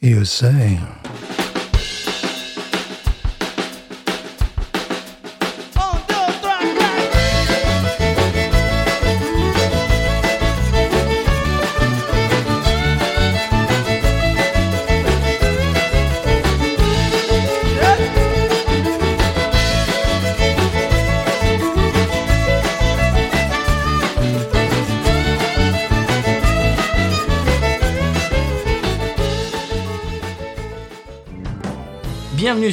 you say? Bienvenue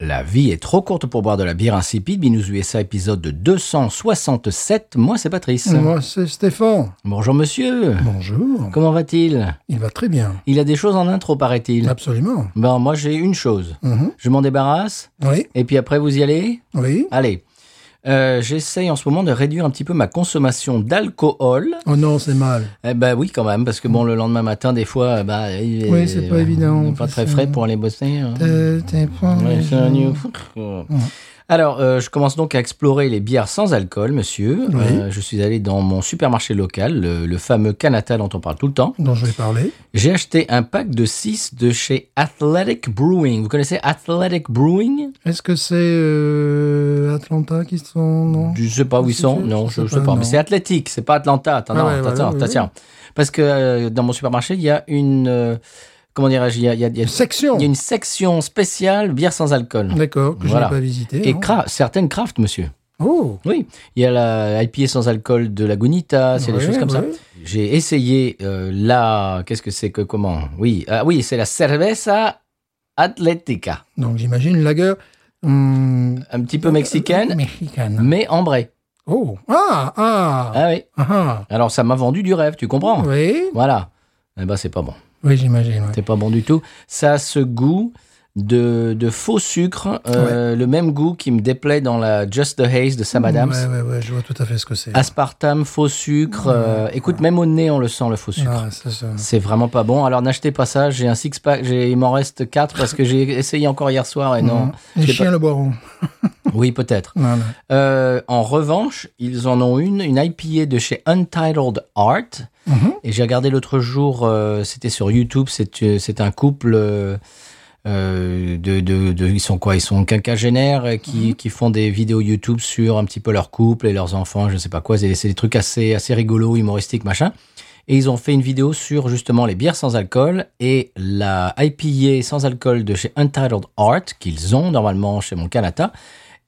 La vie est trop courte pour boire de la bière insipide. Binous USA épisode 267. Moi, c'est Patrice. Moi, c'est Stéphane. Bonjour monsieur. Bonjour. Comment va-t-il Il va très bien. Il a des choses en intro, paraît-il. Absolument. Bon, moi j'ai une chose. Ah. Mhm. Je m'en débarrasse Oui, et puis après vous y allez oui. Allez, Euh, j'essaye en ce moment de réduire un petit peu ma consommation d'alcool. Oh non, c'est mal. Eh ben oui, quand même, parce que bon, le lendemain matin, des fois, bah, Oui, c'est pas évident. Pas très C'est- frais pour aller bosser. hein. Euh, t'es pas- Ouais, c'est un new- Alors, euh, je commence donc à explorer les bières sans alcool, monsieur. Oui. Euh, je suis allé dans mon supermarché local, le, le fameux Canada dont on parle tout le temps. dont je vais parler. J'ai acheté un pack de 6 de chez Athletic Brewing. Vous connaissez Athletic Brewing Est-ce que c'est euh, Atlanta qui sont non Je sais pas où ils Je sont. sais- Non, Ah, je je, je sais sais pas, pas. non. Mais c'est Athletic, c'est pas Atlanta. Attends, Ah non, ouais, attends, voilà, oui, attends, oui. tiens. Parce que euh, dans mon supermarché, il y a une. euh, comment dirais-je Il y a, il y a- il y a- Une Section. il y a une section spéciale bière sans alcool. D'accord, que Voilà. je n'ai pas visité. Et non. cra- certaines craft, monsieur. Oh. Oui, il y a la IPA sans alcool de Lagunita, Ah, c'est Ouais, des choses comme ça. ouais. J'ai essayé euh, la. Qu'est-ce que c'est que comment Oui, ah oui, c'est la cerveza atletica, Donc j'imagine une lagueur hum, un petit peu Ah, mexicaine, mexicaine. mais ambrée. Oh ah ah Ah oui. ah. Alors ça m'a vendu du rêve, tu comprends Oui, Voilà. Eh ben c'est pas bon. oui j'imagine. ouais. C'est pas bon du tout. Ça a ce goût de, de faux sucre, euh, le même goût qui me déplaît dans la Just the Haze de Sam Adams. Mmh, Ouais, ouais, ouais, je vois tout à fait ce que c'est. Aspartame, faux sucre. euh, écoute, même au nez, on le sent, le faux sucre. Ah, ça, ça. C'est vraiment pas bon. Alors n'achetez pas ça. J'ai un six pack. Il m'en reste quatre parce que j'ai essayé encore hier soir et non. Les j'ai chiens le boiront. pas- Oui, peut-être. Voilà. Euh, en revanche, ils en ont une, une IPA de chez Untitled Art. Mhm. Et j'ai regardé l'autre jour, euh, c'était sur YouTube, c'est euh, c'est un couple. euh, euh, de, de, de- ils sont quoi Ils sont quinquagénaires euh, qui, qui font des vidéos YouTube sur un petit peu leur couple et leurs enfants, je sais pas quoi. C'est c'est des trucs assez, assez rigolos, humoristiques, machin. Et ils ont fait une vidéo sur justement les bières sans alcool et la IPA sans alcool de chez Untitled Art qu'ils ont normalement chez mon Canada.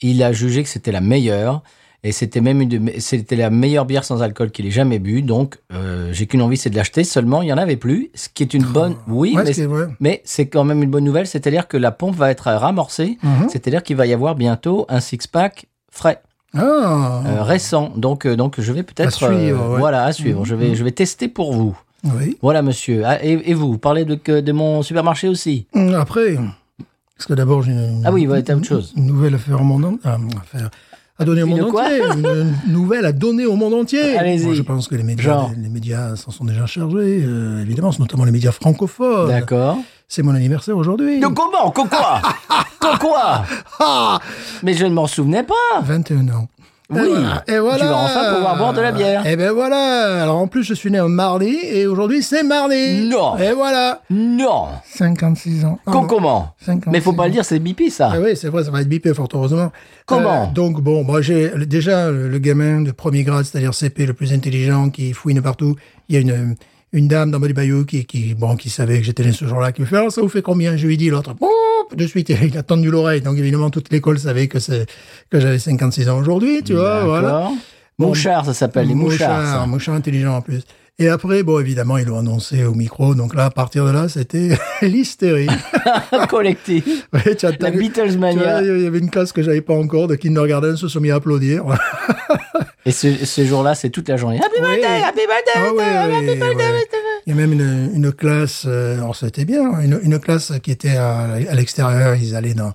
Il a jugé que c'était la meilleure et c'était même une de- c'était la meilleure bière sans alcool qu'il ait jamais bu. Donc euh, j'ai qu'une envie, c'est de l'acheter. Seulement, il y en avait plus, ce qui est une bonne. Oui, Ouais, mais c'est vrai. mais c'est quand même une bonne nouvelle, c'est-à-dire que la pompe va être ramorcée, Mhm. c'est-à-dire qu'il va y avoir bientôt un six-pack frais, Ah, euh, récent. Donc, euh, donc je vais peut-être... euh, À suivre, ouais. Mhm. Voilà, à suivre. Je, vais, je vais tester pour vous. oui. Voilà, monsieur. Ah, et, et vous, vous parlez de, que- de mon supermarché aussi Hum, Après, parce que d'abord j'ai une, Ah oui, ouais, t'as autre chose. une nouvelle affaire au monde en- ah, affaire à donner au Une monde quoi entier. une nouvelle à donner au monde entier. Allez-y. Moi, je pense que les médias, Genre. les, médias s'en sont déjà chargés, euh, évidemment, notamment les médias francophones. D'accord. C'est mon anniversaire aujourd'hui. De comment Pourquoi Pourquoi Ah Mais je ne m'en souvenais pas 21 ans. Oui. Et voilà. Et Tu voilà. vas enfin pouvoir boire de la bière. Et ben voilà. Alors en plus, je suis né en mardi et aujourd'hui c'est mardi. Non. Et voilà. Non 56 ans. Ah, Qu'on- non. Comment 56 Mais faut pas le dire, c'est bipi, ça. Ah oui, c'est vrai, ça va être bipé, fort heureusement. Comment Euh, Donc bon, moi j'ai déjà le le gamin de premier grade, c'est-à-dire CP, le plus intelligent, qui fouine partout. Il y a une une dame dans mon bayou qui, qui, bon, qui savait que j'étais né ce jour-là, qui me fait, alors ça vous fait combien? Je lui dis, l'autre, Boum de suite, il a tendu l'oreille. Donc, évidemment, toute l'école savait que c'est, que j'avais 56 ans aujourd'hui, tu vois, Ah voilà. D'accord. Mouchard, ça s'appelle, les mouchards. ça. Mouchard, mouchard intelligent en plus. Et après, bon, évidemment, ils l'ont annoncé au micro. Donc là, à partir de là, c'était l'hystérie. collectif. Ouais, tu as- t'as La vu- Beatles tu vois, mania. Il y avait une classe que j'avais pas encore de kindergarten, se sont mis à applaudir. Ouais, Et ce, ce jour-là, c'est toute la journée. Happy birthday, happy birthday, Ah ouais, happy ouais, birthday. ouais. Il y a même une, une classe, euh, alors c'était bien, une, une classe qui était à, à l'extérieur, ils allaient dans,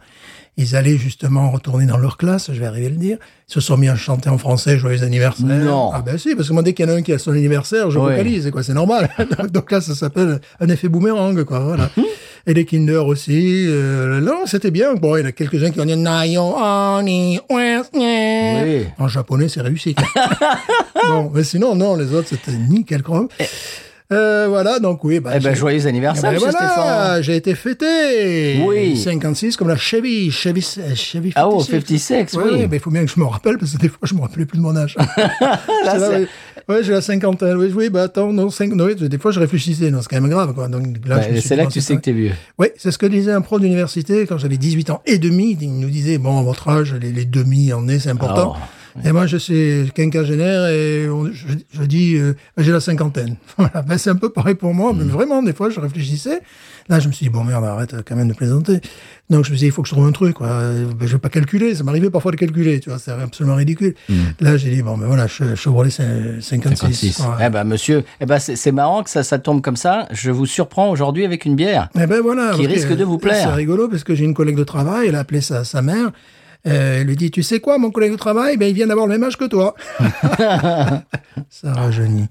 ils allaient justement retourner dans leur classe, je vais arriver à le dire. Ils se sont mis à chanter en français Joyeux anniversaire. Non. Ah ben si, parce que moi, dès qu'il y en a un qui a son anniversaire, je Ouais. vocalise, quoi, c'est normal. donc, donc là, ça s'appelle un effet boomerang, quoi, voilà. Et les Kinder aussi. Euh, non, c'était bien. Bon, il y en a quelques-uns qui ont dit Nayo Oni Wesne. Oui. En japonais, c'est réussi. quoi. bon, mais sinon, non, les autres, c'était nickel chrome. Euh, voilà, donc oui. Bah, Eh ben, j'ai- joyeux anniversaire, eh ben monsieur Stéphane. hein. voilà, j'ai été fêté. Oui. 56 comme la Chevy, Chevy, Chevy 56. Ah oh, 56, Ouais, oui. ouais, mais il faut bien que je me rappelle parce que des fois je me rappelais plus de mon âge. Là, J'étais là, c'est- oui, ouais, j'ai la cinquantaine. Oui, oui, bah attends, non, cinq, non, oui, des fois je réfléchissais, non, c'est quand même grave quoi. Donc là, je me Bah, suis c'est là que dit, tu sais que t'es vieux. Oui, c'est ce que disait un pro d'université quand j'avais 18 ans et demi. Il nous disait, bon, à votre âge, les, les demi en est, c'est important. Et moi, je suis quinquagénaire et on- je, je dis, euh, j'ai la cinquantaine. Voilà, ben, c'est un peu pareil pour moi, mais vraiment, des fois, je réfléchissais. Là, je me suis dit, bon, merde, arrête euh, quand même de plaisanter. Donc, je me suis dit, il faut que je trouve un truc, quoi. Euh, ben, je vais pas calculer. Ça m'arrivait parfois de calculer, tu vois, c'est absolument ridicule. Là, j'ai dit, bon, ben voilà, je, Chevrolet c'est 56. 56. Voilà. Eh ben, monsieur, eh ben, c'est c'est marrant que ça, ça tombe comme ça. Je vous surprends aujourd'hui avec une bière. Eh ben voilà. Qui parce que, risque de vous euh, plaire. C'est rigolo parce que j'ai une collègue de travail, elle a appelé sa, sa mère. euh, elle lui dit, tu sais quoi, mon collègue de travail, ben, il vient d'avoir le même âge que toi. Ça rajeunit.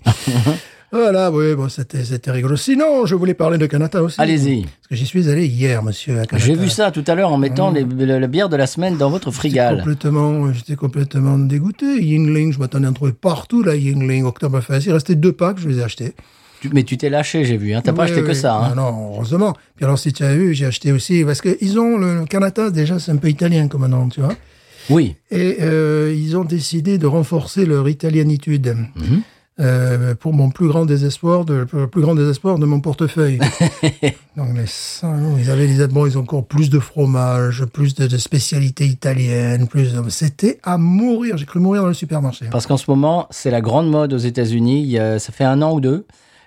voilà, oui, bon, c'était, c'était rigolo. Sinon, je voulais parler de Kanata aussi. Allez-y. Parce que j'y suis allé hier, monsieur, à Kanata. J'ai vu ça tout à l'heure en mettant les- le- la bière de la semaine dans votre J'étais frigale. complètement, j'étais complètement dégoûté. Yingling, je m'attendais à en trouver partout, là, Yingling, Oktoberfest. Il restait deux packs, je les ai achetés. Tu- mais tu t'es lâché, j'ai vu. Hein. T'as pas Oui, acheté que oui. ça. Hein. Non, non, heureusement. Puis alors, si tu as vu, j'ai acheté aussi, parce que ils ont le, le Canada, déjà, c'est un peu italien comme nom, tu vois. Oui. Et euh, ils ont décidé de renforcer leur italianitude. Mhm. Euh, pour mon plus grand désespoir de pour le plus grand désespoir de mon portefeuille. Donc les salons, ils avaient les bon, ils ont encore plus de fromage, plus de, de spécialités italiennes, plus de- c'était à mourir. J'ai cru mourir dans le supermarché. Parce qu'en ce moment, c'est la grande mode aux États-Unis. Il y a- Ça fait un an ou deux.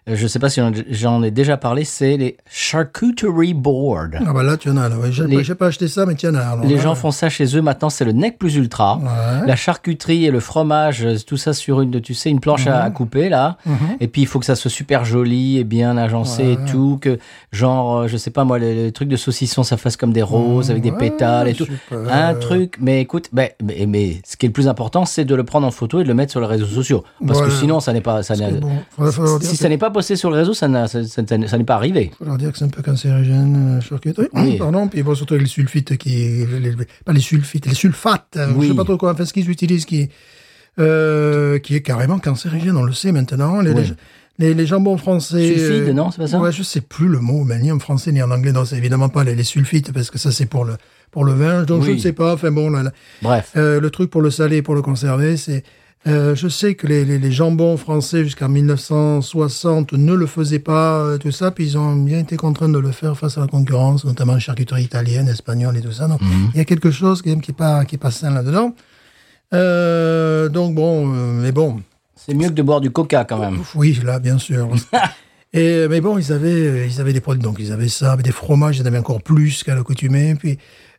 Euh, Je sais pas si j'en- j'en ai déjà parlé. C'est les charcuterie board. Ah bah là tu en as là. Ouais. J'ai Les- j'ai pas acheté ça mais tu en as. alors Les là, gens font ça chez eux maintenant, c'est le nec plus Ah, ultra. La charcuterie et le fromage, euh, tout ça sur une, tu sais, une planche à, Mhm. à couper là. Et puis il faut que ça soit super joli et bien agencé et tout, que genre, euh, je sais pas moi, les, les trucs de saucisson, ça fasse comme des roses avec des Mhm. Ouais, pétales et tout. super. Un truc, mais écoute, ben, mais, mais ce qui est le plus important, c'est de le prendre en photo et de le mettre sur les réseaux sociaux, parce que Voilà. sinon ça n'est pas, ça Parce n'a- que bon, faudrait- faudrait leur dire si que- ça n'est pas posté sur le réseau, ça n'a- ça- ça- ça- ça n'est pas arrivé. faut leur dire que c'est un peu cancérigène, euh, la charcuterie. Oui. Pardon, puis bon, surtout avec les sulfites qui, les- pas les sulfites, les sulfates. euh, Oui. Je sais pas trop quoi, enfin, ce qu'ils utilisent qui, euh, qui est carrément cancérigène, on le sait maintenant. Les, Oui. les, les jambons français. Sulfide, euh, non, c'est pas ça Ouais, je sais plus le mot, mais ni en français ni en anglais. Non, c'est évidemment pas les, les sulfites parce que ça c'est pour le, pour le vin. Donc je Oui. ne sais pas. Enfin bon, là, là. Bref. Euh, le truc pour le saler et pour le conserver, c'est. euh, je sais que les, les, les jambons français jusqu'en 1960 ne le faisaient pas, euh, tout ça, puis ils ont bien été contraints de le faire face à la concurrence, notamment la charcuterie italienne, espagnole et tout ça. Donc il y a quelque chose quand même qui est pas qui est pas sain là-dedans. Euh, donc bon, euh, mais bon, C'est mieux que de boire du coca quand même. oui, là, bien sûr. Et, mais bon, ils avaient, euh, ils avaient des produits, donc ils avaient ça, mais des fromages, ils en avaient encore plus qu'à l'accoutumée, puis.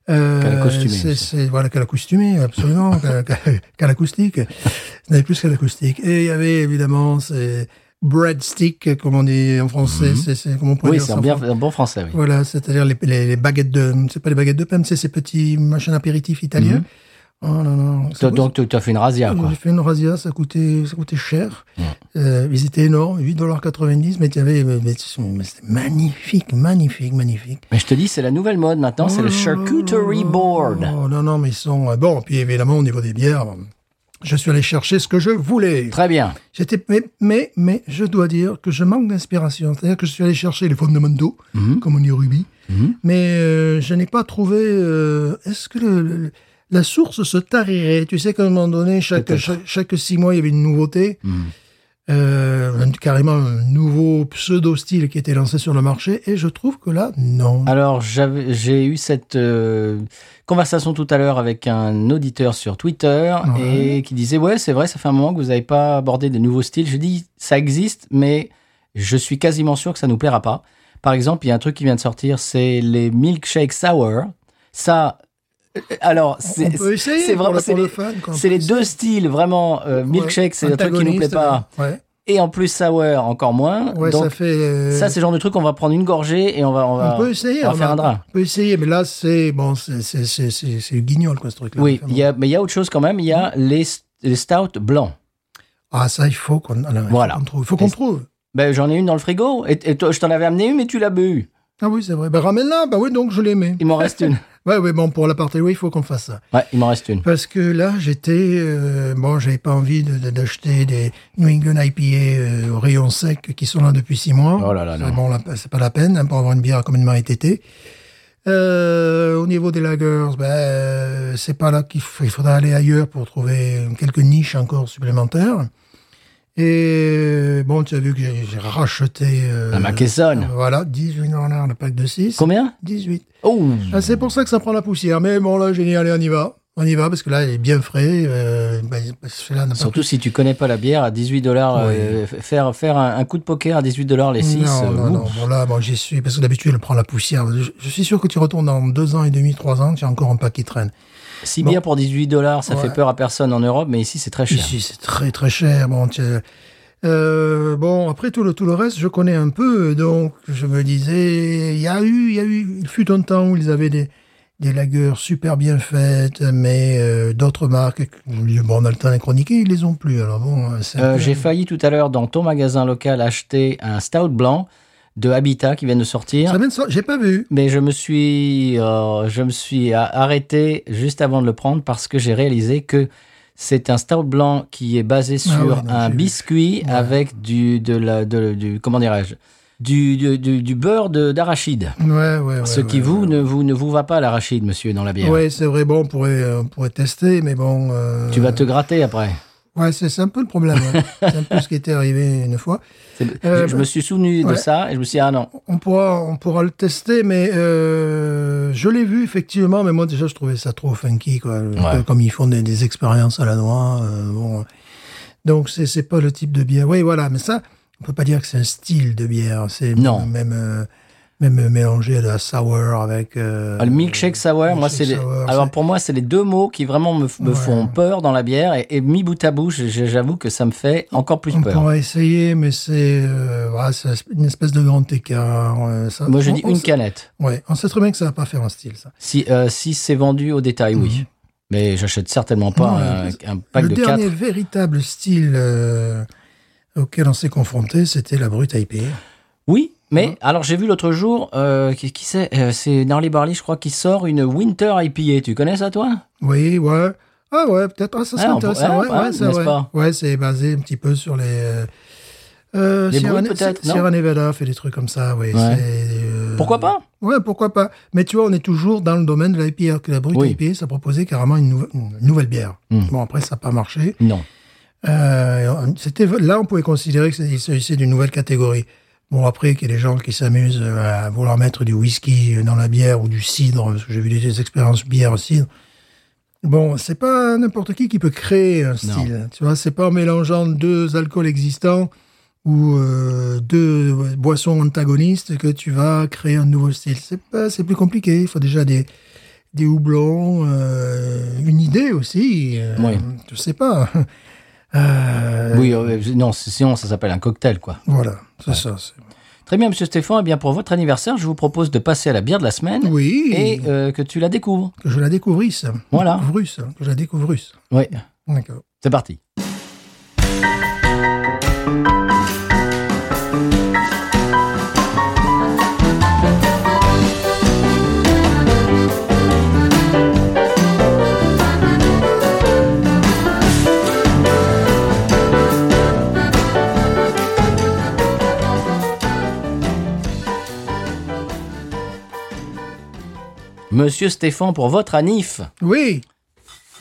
Euh, Qu'à l'accoutumée, c'est- aussi. c'est- voilà, qu'à l'accoutumée, absolument, qu'à- qu'à qu'à l'acoustique. Ils en avaient plus qu'à l'acoustique. Et il y avait évidemment ces breadsticks, comme on dit en français, c'est c'est- comment on pourrait Mhm. Oui, dire c'est ça un, en bien- français un bon français, oui. Voilà, c'est-à-dire les, les, les baguettes de, c'est pas les baguettes de pain, mais c'est ces petits machins apéritifs italiens. Oh là là. Mhm. T'as- ça coûte- Donc, tu as fait une razzia, Ah, quoi. j'ai fait une razzia, ça coûtait, ça coûtait cher. Euh, ils étaient énormes, 8,90$, mais il y avait, mais- mais c'était magnifique, magnifique, magnifique. Mais je te dis, c'est la nouvelle mode maintenant, c'est le Oh là là charcuterie board. là. Oh, non, non, mais ils sont, euh, bon, puis évidemment, au niveau des bières, je suis allé chercher ce que je voulais. Très bien. J'étais, mais, mais, mais, je dois dire que je manque d'inspiration. C'est-à-dire que je suis allé chercher les fondamentaux, comme on dit au rugby, Mhm. mais euh, je n'ai pas trouvé. euh, Est-ce que le- le- la source se tarirait Tu sais qu'à un moment donné, chaque, Peut-être. Mhm. chaque, chaque six mois, il y avait une nouveauté. Euh, un- carrément un nouveau pseudo-style qui était lancé sur le marché, et je trouve que là, non. Alors, j'avais- j'ai eu cette euh, conversation tout à l'heure avec un auditeur sur Twitter Ouais. et qui disait Ouais, c'est vrai, ça fait un moment que vous n'avez pas abordé des nouveaux styles. Je dis Ça existe, mais je suis quasiment sûr que ça nous plaira pas. Par exemple, il y a un truc qui vient de sortir c'est les milkshake sour. Ça. euh, Alors, on c'est peut essayer c'est pour vraiment. le, C'est pour le les, fun. quoi. c'est les deux styles, vraiment. euh, milkshake, c'est un truc qui nous plaît Antagoniste, pas. ouais. Et en plus, sour, encore moins. Ouais, Donc, ça fait. euh, ça, c'est le genre de truc, on va prendre une gorgée et on va, on va, on peut essayer. on va faire va- un drap. On peut essayer, mais là, c'est bon, c'est c'est- c'est- c'est- c'est guignol, quoi, ce truc-là. Oui, Vraiment. il y a, mais il y a autre chose quand même, il y Mhm. a les, les stouts blancs. Ah, ça, il faut qu'on alors, il faut Voilà. qu'on trouve. faut qu'on trouve. Ben, j'en ai une dans le frigo. Et, et toi, je t'en avais amené une, mais tu l'as bu. Ah oui, c'est vrai. Ben, ramène-la. Ben oui, donc je l'aimais. Il m'en reste une. Ouais, ouais, bon, pour l'aparté, oui, il faut qu'on fasse ça. Ouais, il m'en reste une. Parce que là, j'étais, euh, bon, j'avais pas envie de- de- d'acheter des New England IPA euh, au rayon sec qui sont là depuis six mois. Oh là là, C'est non. Bon, là, c'est pas la peine hein, pour avoir une bière comme une marée tétée. Euh, au niveau des lagers, ben, euh, c'est pas là qu'il faut- il faudra aller ailleurs pour trouver quelques niches encore supplémentaires. Et euh, bon, tu as vu que j'ai j'ai racheté. Euh, La Macesson. Voilà, 18 dollars le pack de 6. Combien 18. Oh Ah, c'est pour ça que ça prend la poussière. Mais bon, là, j'ai dit, allez, on y va. On y va, parce que là, il est bien frais. Euh, ben, celui-là n'a pas- Surtout si tu connais pas la bière à 18 dollars, euh, Oui. faire, faire un, un coup de poker à 18 dollars les euh, 6. Non, non, non. Bon, là, bon, j'y suis. Parce que d'habitude, elle prend la poussière. Je, je suis sûr que tu retournes dans deux ans et demi, trois ans, tu as encore un pack qui traîne. 6 Bon. bières pour 18 dollars, ça Ouais. fait peur à personne en Europe, mais ici c'est très cher. Ici, c'est très, très cher. Bon, tu- euh, bon, après tout le, tout le reste, je connais un peu. Donc, je me disais, il y a eu, il y a eu, il fut un temps où ils avaient des, des lagueurs super bien faites, mais euh, d'autres marques, bon, on a le temps de les chroniquer, ils les ont plus. Alors bon, hein, c'est un Euh, peu- J'ai failli tout à l'heure dans ton magasin local acheter un stout blanc de Habitat qui vient de sortir. Ça vient de sortir, j'ai pas vu. Mais je me suis, euh, je me suis a- arrêté juste avant de le prendre parce que j'ai réalisé que c'est un stout blanc qui est basé sur Ah ouais, non, un j'ai vu. biscuit Ouais. avec du, de la, de- du, comment dirais-je, du, du, du- du beurre de- d'arachide. Ouais, ouais, ouais. Ce ouais, qui ouais. vous, ne vous, ne vous va pas l'arachide, monsieur, dans la bière. Ouais, c'est vrai, bon, on pourrait, euh, on pourrait tester, mais bon. euh, Tu vas te gratter après. Ouais, c'est c'est un peu le problème. hein. c'est un peu ce qui était arrivé une fois. C'est- Euh, je, je me suis souvenu de ouais. ça et je me suis dit, ah non. On pourra, on pourra le tester, mais euh, je l'ai vu effectivement, mais moi déjà je trouvais ça trop funky, quoi. Un Ouais. peu Comme ils font des, des expériences à la noix, euh, bon. Donc c'est c'est pas le type de bière. Oui, voilà, mais ça, on peut pas dire que c'est un style de bière. C'est Non. Même euh, même mélangé à de la sour avec. euh, Ah, le milkshake sour, moi, c'est les- milkshake sour, alors c'est- pour moi, c'est les deux mots qui vraiment me, f- me Ouais. font peur dans la bière et, et mis bout à bout, j- j'avoue que ça me fait encore plus On peur. pourra essayer, mais c'est euh, voilà, c'est une espèce de grand écart. euh, ça- Moi, je on- dis on une sait- canette. Ouais, on sait très bien que ça va pas faire un style, ça. Si, euh, si c'est vendu au détail, oui. Mais j'achète certainement pas Non, un, le- un pack Mhm. le de dernier 4. véritable style euh, auquel on s'est confronté, c'était la brute IPA. Oui, Hein mais alors j'ai vu l'autre jour, euh, qui, qui c'est Euh, C'est Gnarly Barley, je crois, qui sort une Winter IPA. Tu connais ça, toi Oui, ouais. Ah ouais, peut-être. Ah, ça serait Ah, on intéressant. pourrait- ouais, ah, ouais, c'est n'est-ce vrai. pas Ouais, c'est basé un petit peu sur les. euh, Euh, Les Sierra, brutes, peut-être, non Sierra Nevada fait des trucs comme ça, oui. Ouais. c'est, euh, Pourquoi pas Ouais, pourquoi pas. Mais tu vois, on est toujours dans le domaine de l'IPA, que la brute Oui. Hmm. IPA, ça proposait carrément une, nou- une nouvelle bière. Bon, après, ça n'a pas marché. Non. Euh, c'était là on pouvait considérer qu'il s'agissait d'une nouvelle catégorie. Bon après qu'il y ait des gens qui s'amusent euh, à vouloir mettre du whisky dans la bière ou du cidre, parce que j'ai vu des, des expériences bière cidre. Bon, c'est pas n'importe qui qui peut créer un style. Tu vois, c'est pas en mélangeant deux alcools existants ou euh, deux boissons antagonistes que tu vas créer un nouveau style. C'est pas, c'est plus compliqué. Il faut déjà des des houblons, euh, une idée aussi. euh, Oui. Je sais pas. Euh, Oui, euh, non, c'est- sinon ça s'appelle un cocktail, quoi. Voilà, c'est ça. c'est- Très bien, monsieur Stéphane. Eh bien, pour votre anniversaire, je vous propose de passer à la bière de la semaine Oui, et euh, que tu la découvres. que je la découvrisse. Voilà. Russe, que je la découvrisse. Oui, D'accord. c'est parti. Monsieur Stéphane, pour votre anif. Oui.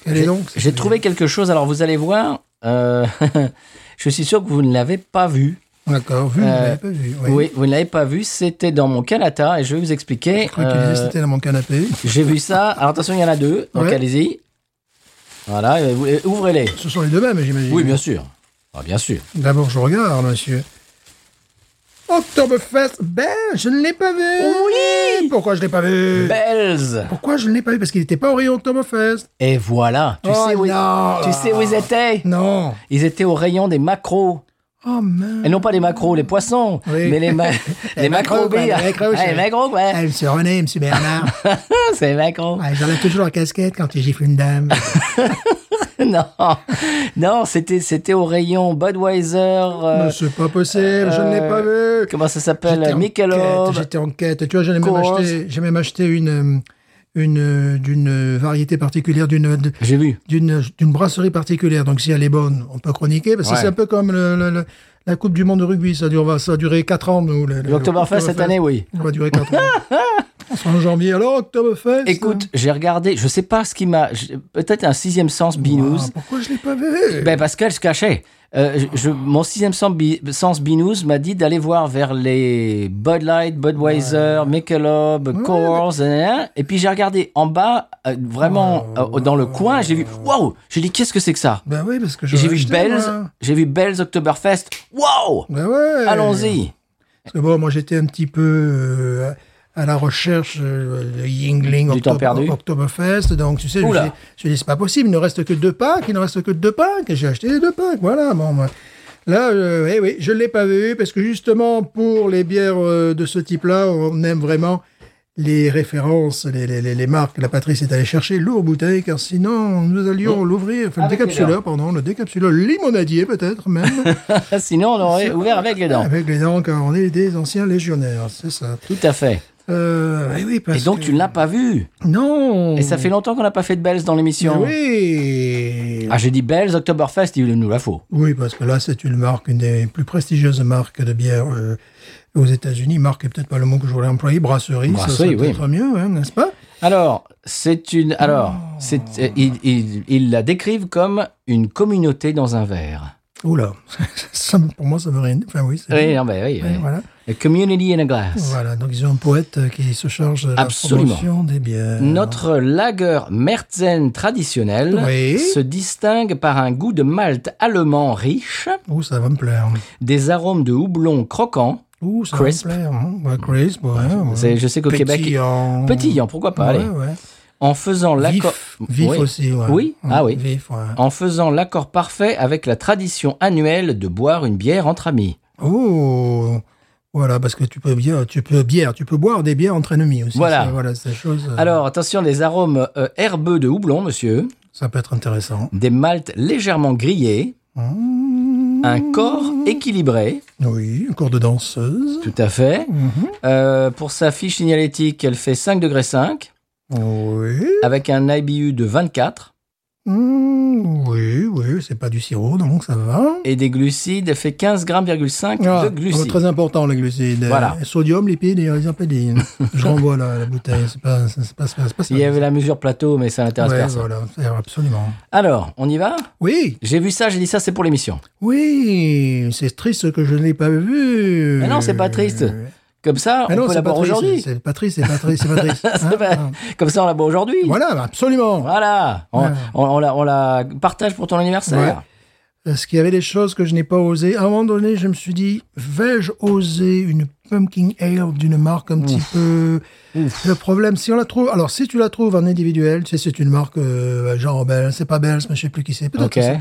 Quelle est donc cette J'ai bière trouvé quelque chose, alors vous allez voir, euh, je suis sûr que vous ne l'avez pas vu. D'accord, vu, Euh, je l'avais pas vu. Oui, vous ne l'avez pas vu, c'était dans mon canata et je vais vous expliquer. Je crois qu'il euh, disait c'était dans mon canapé. J'ai vu ça, alors attention, il y en a deux, donc Ouais. allez-y. Voilà, et vous- et ouvrez-les. Ce sont les deux mêmes, j'imagine. Oui, bien sûr. Ah, bien sûr. D'abord, je regarde, monsieur. Oktoberfest, ben, je ne l'ai pas vu. Oui. Pourquoi je ne l'ai pas vu Ben. Bells Pourquoi je ne l'ai pas vu Parce qu'il n'était pas au rayon Oktoberfest. Et voilà, tu, Oh sais, où non. tu sais où ils étaient Non. Ils étaient au rayon des macros. Oh mince. Et non pas les macros, les poissons, Oui. mais les, ma- les macros. quoi, oui. les macros, Ah, les je- macros, ouais. Ah, monsieur René, monsieur Bernard. C'est les macros. Ouais, J'enlève toujours la casquette quand il gifle une dame. Non, non, c'était c'était au rayon Budweiser. euh, Mais c'est pas possible, je ne l'ai pas euh, vu. Comment ça J'étais s'appelle en Michelob. quête, J'étais en quête. Tu vois, j'en ai même Coors. acheté, j'ai même acheté une, euh, une, euh, d'une euh, variété particulière, d'une, de- J'ai vu. d'une, euh, d'une brasserie particulière. Donc, si elle est bonne, on peut chroniquer. Parce que Ouais. c'est un peu comme le- le- le- la Coupe du Monde de rugby. Ça dure, ça a duré quatre ans, nous. le- le- L'Octoberfest cette année, oui. Ça va durer quatre ans. On sera en janvier. Alors, Oktoberfest. Écoute, j'ai regardé, je sais pas ce qui m'a. j'ai- Peut-être un sixième sens binous. Ah, pourquoi je l'ai pas vu? Ben parce qu'elle se cachait. Euh, je- je- mon sixième sens, bi- sens binous m'a dit d'aller voir vers les Bud Light, Budweiser, Michelob, Coors, nanana. et puis j'ai regardé en bas, euh, vraiment Oh. euh, dans le coin, j'ai vu, waouh, j'ai dit qu'est-ce que c'est que ça Ben oui, parce que Et J'ai j'aurais vu acheté, Bells, moi. j'ai vu Bells Oktoberfest, waouh, Ben ouais. allons-y. Parce que bon, moi j'étais un petit peu euh, à la recherche euh, de Yingling Du temps perdu. Oktoberfest. Donc tu sais, je me Oula. suis dit- je me suis dit, c'est pas possible, il ne reste que deux packs, il ne reste que deux packs, et j'ai acheté les deux packs. Voilà, bon. moi. Là, euh, eh oui, je ne l'ai pas vu, parce que justement, pour les bières euh, de ce type-là, on aime vraiment les références, les, les- les- les marques. La Patrice est allée chercher lourd bouteille, car sinon, nous allions l'ouvrir, enfin, le Avec les décapsuleur, pardon, le décapsuleur limonadier peut-être même. Sinon on aurait ouvert avec les dents. Avec les dents, car on est des anciens légionnaires, c'est ça. Tout à fait. Euh, eh oui, parce Et donc que- Mm. tu ne l'as pas vu. Non Et ça fait longtemps qu'on n'a pas fait de Bells dans l'émission. Oui Ah j'ai dit Bells Oktoberfest, il nous la faut. Oui, parce que là, c'est une marque, une des plus prestigieuses marques de bière euh, aux États-Unis. Marque est peut-être pas le mot que j'aurais employé, brasserie, ça Brasserie, serait oui. peut-être mieux, hein, n'est-ce pas Alors, c'est une. Alors, Oh. c'est. euh, Ils, ils- ils la décrivent comme une communauté dans un verre. Oula, ça, pour moi, ça veut rien dire. Enfin, oui, c'est... Oui, non, ben oui. Oui, oui. Voilà. A community in a glass. voilà, donc ils ont un poète euh, qui se charge de la Absolument. promotion des bières. Notre lager Merzen traditionnel Oui. se distingue par un goût de malt allemand riche, Ouh, ça va me plaire. des arômes de houblon croquant. Ouh, ça Crisp. va me plaire. hein. Ouais, crisp, ouais, ouais. C'est- Je sais qu'au Québec. Pétillant. Pétillant, pourquoi pas, Mmh. Ouais, allez. ouais. En faisant l'accord. Vif, vif Oui. aussi, ouais. Oui Ah oui. Vif, ouais. En faisant l'accord parfait avec la tradition annuelle de boire une bière entre amis. Oh Voilà, parce que tu peux bien, tu peux bière, tu peux boire des bières entre ennemis aussi. Voilà. Ça, voilà, c'est des choses, euh, Alors, attention, les arômes euh, herbeux de houblon, monsieur. ça peut être intéressant. des maltes légèrement grillées, Mmh. un corps équilibré, Oui, un cours de danseuse. tout à fait. Mmh. Euh, pour sa fiche signalétique, elle fait 5 degrés 5, Oui. avec un IBU de 24, Mmh, Oui, oui, c'est pas du sirop, donc ça va. et des glucides, elle fait 15 grammes 5 Ah, de glucides. Très important, les glucides. Voilà. Euh, Sodium, lipides et résapédine. Je renvoie la, la bouteille, c'est pas, c'est pas, c'est pas ça. Il y avait la mesure plateau, mais ça n'intéresse Ouais, personne. voilà, c'est- absolument. Alors, on y va Oui, J'ai vu ça, j'ai dit ça, c'est pour l'émission. oui, c'est triste que je ne l'ai pas vu. Euh, Mais non, c'est pas triste. Comme ça, Mais Ah on non, peut c'est la pas boire triste, aujourd'hui. C'est pas triste, c'est pas triste, c'est pas triste. Hein, C'est pas- hein. Comme ça, on la boit aujourd'hui. Voilà, absolument. Voilà. On, on- on la, on la partage pour ton anniversaire. Parce qu'il y avait des choses que je n'ai pas osé. À un moment donné, je me suis dit, vais-je oser une pumpkin ale d'une marque un petit peu... Le problème, si on la trouve... Alors, si tu la trouves en individuel, tu sais, c'est une marque euh, genre Bell, c'est pas Bell, mais je sais plus qui c'est. Peut-être Ok. que c'est-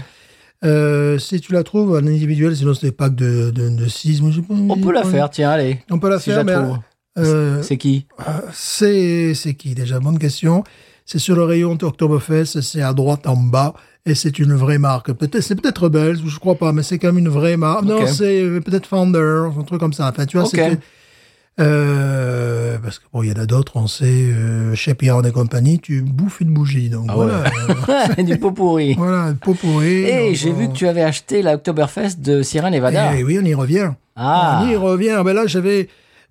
Euh, si tu la trouves en individuel, sinon c'est des packs de, de, de six, moi, je sais pas, On peut la faire, tiens, allez. On peut la Si je faire, la mais... trouve. euh, C'est qui C'est c'est qui déjà Bonne question. C'est sur le rayon Oktoberfest, c'est à droite en bas et c'est une vraie marque. Peut-être c'est peut-être Bells, je crois pas, mais c'est quand même une vraie marque. Non, Ok. c'est euh, peut-être Founder, un truc comme ça. Enfin, tu vois, Ok. c'est euh, parce que bon, il y en a d'autres, on sait, euh, chez Pierre et compagnie, tu bouffes une bougie, Ah donc voilà, euh, du pot pourri. voilà, pot pourri. Et donc, Eh, j'ai bon. vu que tu avais acheté la Oktoberfest de Sierra Nevada. Eh oui, on y revient. Ah. On y revient. Ben là, j'avais.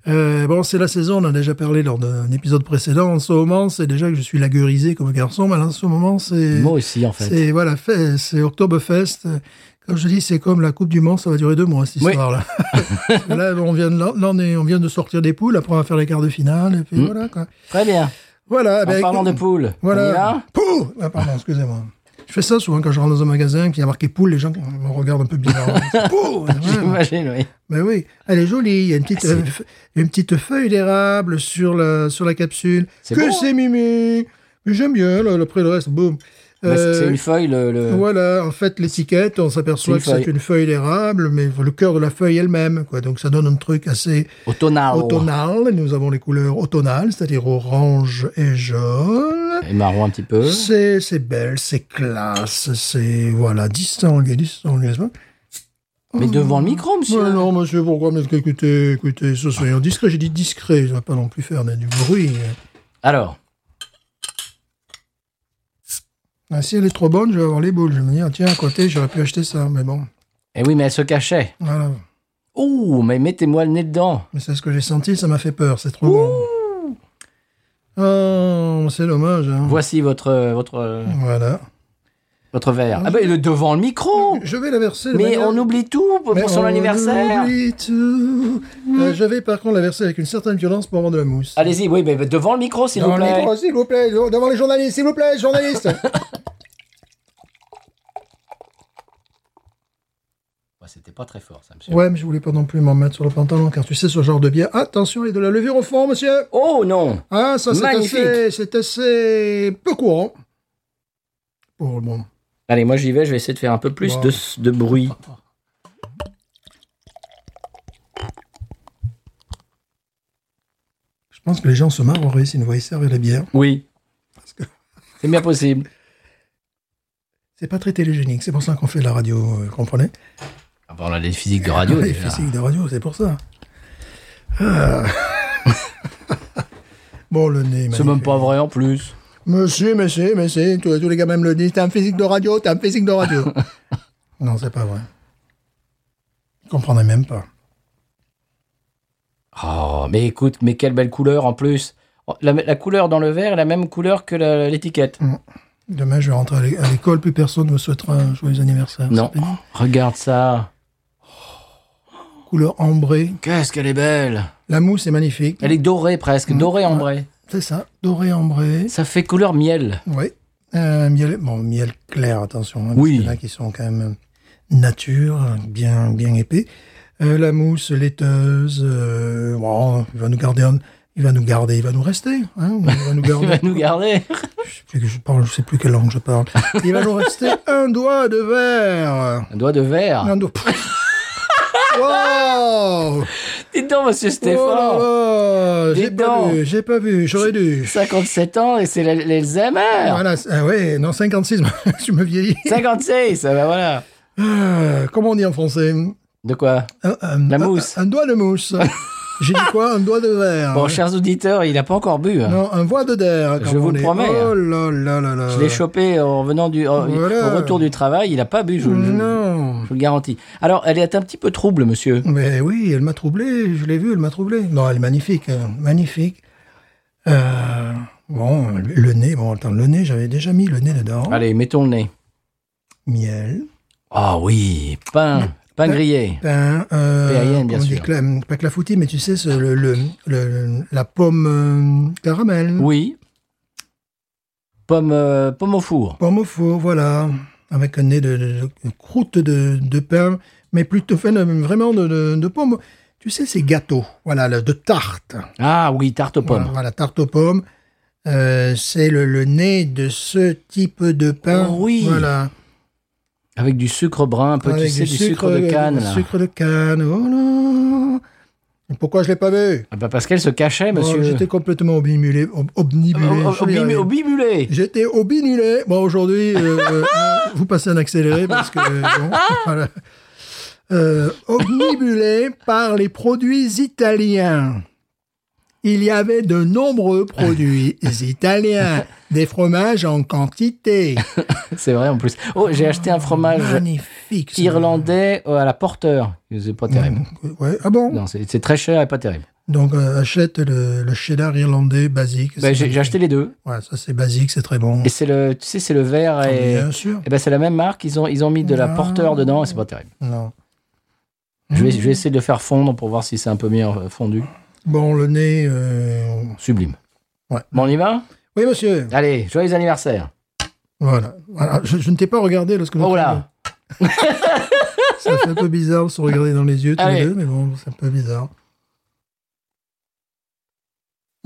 euh, bon, c'est la saison, on en a déjà parlé lors d'un épisode précédent. En ce moment, c'est déjà que je suis lagueurisé comme garçon, mais là, en ce moment, c'est. Moi aussi, en fait. C'est voilà, fait- c'est Oktoberfest. Comme je dis, c'est comme la Coupe du Monde, ça va durer deux mois cette Oui. histoire-là. Parce que là, on vient de, là, on est- on vient de sortir des poules, après on va faire les quarts de finale, et puis voilà quoi. Très bien. Voilà. Mm. En parlant de poules, on Ah, y va ben, Voilà. Pouh Ah, pardon, excusez-moi. Je fais ça souvent quand je rentre dans un magasin, puis il y a marqué poule, les gens me regardent un peu bizarre. Pouh Ouais. J'imagine, oui. Ben oui, elle est jolie. Il y a une Ah, petite, euh, f- une petite feuille d'érable sur la, sur la capsule. C'est Que beau, c'est mimi Mais J'aime bien, là, après le reste, boum. Bah, c'est- c'est Euh, une feuille, le. le- Voilà, en fait, l'étiquette, on s'aperçoit que C'est une c'est feuille. une feuille d'érable, mais le cœur de la feuille elle-même, quoi. Donc ça donne un truc assez Automnal. automnal. Nous avons les couleurs automnales, c'est-à-dire orange et jaune. Et marron un petit peu. C'est, c'est belle, c'est classe, c'est, voilà, distingué, distingué, n'est-ce pas? Mais devant le micro, monsieur. Ouais, non, monsieur, pourquoi? Mais écoutez, écoutez, ce soyons discrets, j'ai dit discret, je vais pas non plus faire du bruit. Alors, Ah, si elle est trop bonne, je vais avoir les boules. Je vais me dire, tiens, à côté, j'aurais pu acheter ça, mais bon, eh oui, mais elle se cachait. voilà. Oh, mais mettez-moi le nez dedans. Mais c'est ce que j'ai senti, ça m'a fait peur, c'est trop bon. Oh, c'est dommage. hein. Voici votre, euh, votre, euh, Voilà. votre verre. Ah ben, le devant le micro. Je vais la verser. de Mais manière- on oublie tout pour Mais son on anniversaire. oublie tout. Euh, je vais par contre la verser avec une certaine violence pour avoir de la mousse. Allez-y, oui, mais devant le micro, s'il vous Devant le plaît. micro, s'il vous plaît, devant les journalistes, s'il vous plaît, journalistes. Ouais, C'était pas très fort, ça, monsieur. ouais, mais je voulais pas non plus m'en mettre sur le pantalon, car tu sais ce genre de bière. Attention, il y a de la levure au fond, monsieur. Oh non Ah, ça c'est Magnifique. assez, c'est assez peu courant. Pour bon. Allez, moi j'y vais, je vais essayer de faire un peu plus Wow. de, s- de bruit. Je pense que les gens se marreraient s'ils nous voyaient servir la bière. Oui. que- C'est bien possible. C'est pas très télégénique, c'est pour ça qu'on fait de la radio, euh, comprenez Ah, Ah, bah, on a des physiques de radio Les déjà. physiques de radio, c'est pour ça. Ah. bon, le nez, C'est magnifique. même pas vrai en plus. Monsieur, monsieur, monsieur, tous, tous les gamins me le disent, t'es un physique de radio, t'es un physique de radio. non, c'est pas vrai. Ils comprendraient même pas. Oh, mais écoute, mais quelle belle couleur en plus. Oh, La, la couleur dans le verre est la même couleur que la- l'étiquette. Mm. Demain, je vais rentrer à l'é- à l'école, plus personne ne me souhaitera un joyeux anniversaire. Non. C'est pénible. Regarde ça. Couleur ambrée. Qu'est-ce qu'elle est belle. La mousse est magnifique. Elle est dorée presque, Mm. dorée ambrée. C'est ça, doré ambré. Ça fait couleur miel. Oui. Euh, miel, bon, miel clair, attention. hein, parce Oui. qu'il y en a qui sont quand même euh, nature, euh, bien, bien épais. Euh, la mousse laiteuse, euh, bon, il va nous garder, un- il va nous garder, il va nous rester. hein, il va nous Tu garder. vas nous garder. je, sais plus, je parle, je sais plus quelle langue je parle. Il va nous rester un doigt de verre. Un doigt de verre. Un doigt. Wow! Dites donc, monsieur Oh Stéphane. là là, Dis j'ai pas donc. vu, j'ai pas vu, j'aurais dû. 57 ans et c'est la- l'Alzheimer. Voilà, c'est- ah ouais, non, 56, tu me vieillis. 56, ah bah voilà. Euh, comment on dit en français De quoi Un- un- La un- mousse. Un, doigt de mousse. J'ai dit quoi Un doigt de verre. Bon, chers auditeurs, il n'a pas encore bu. hein. Ah Non, un voix de der. Je comme vous on le dit. promets. Oh là là là là. Je l'ai chopé en venant du, en- Voilà. au retour du travail. Il n'a pas bu, je, je- Non. je vous le garantis. Alors, elle est un petit peu trouble, monsieur. Mais oui, elle m'a troublé. Je l'ai vue, elle m'a troublé. Non, elle est magnifique, euh, magnifique. Euh, bon, le nez, bon, attends, le nez, j'avais déjà mis le nez dedans. Allez, mettons le nez. Miel, Ah oui, pain, pain grillé. pain, euh, P.A.I.N., bien on dit sûr. cla- pas clafoutis, mais tu sais, ce- le, le- le- la pomme euh, caramel. Oui. Pomme, euh, pomme au four. Pomme au four, voilà. Avec un nez de, de- de croûte de, de pain, mais plutôt fait de- vraiment de, de, de pomme. Tu sais, ces gâteaux, voilà, le- de tarte. Ah oui, tarte aux pommes. Voilà, tarte aux pommes. Euh, c'est le, le nez de ce type de pain. Oh oui. Voilà. Avec du sucre brun, un peu, tu Avec sais, du sucre, de canne. du euh, là. sucre de canne. Oh là. Pourquoi je l'ai pas vu Ah bah parce qu'elle se cachait, Oh, monsieur. J'étais complètement obnubilé. ob- obnubilé, Au- je au- au vais y bimu- arriver. au bimulé. J'étais au binulé. Bon, aujourd'hui, euh, euh, hein, vous passez en accéléré parce que. euh, bon, voilà. Euh, omnibulé par les produits italiens. Il y avait de nombreux produits italiens, des fromages en quantité. C'est vrai en plus. Oh, j'ai acheté un fromage Ah, Magnifique. ça. irlandais euh, à la porteur. C'est pas terrible. Ouais, ah bon Non, c'est c'est très cher et pas terrible. Donc, euh, achète le, le cheddar irlandais basique. Ben, C'est- j'ai j'ai acheté les deux. Ouais, ça c'est basique, c'est très bon. Et c'est le, tu sais, c'est le vert et, Ah, Bien sûr. et ben c'est la même marque. Ils ont, ils ont mis de la Ah. porteur dedans et c'est pas terrible. Non. Je vais, je vais essayer de le faire fondre pour voir si c'est un peu mieux euh, fondu. Bon, le nez. euh, Sublime. Ouais. Bon, on y va Oui, monsieur. Allez, joyeux anniversaire. Voilà. Voilà. Je, je ne t'ai pas regardé lorsque Oh là Ça fait un peu bizarre de se regarder dans les yeux tous Allez. les deux, mais bon, c'est un peu bizarre.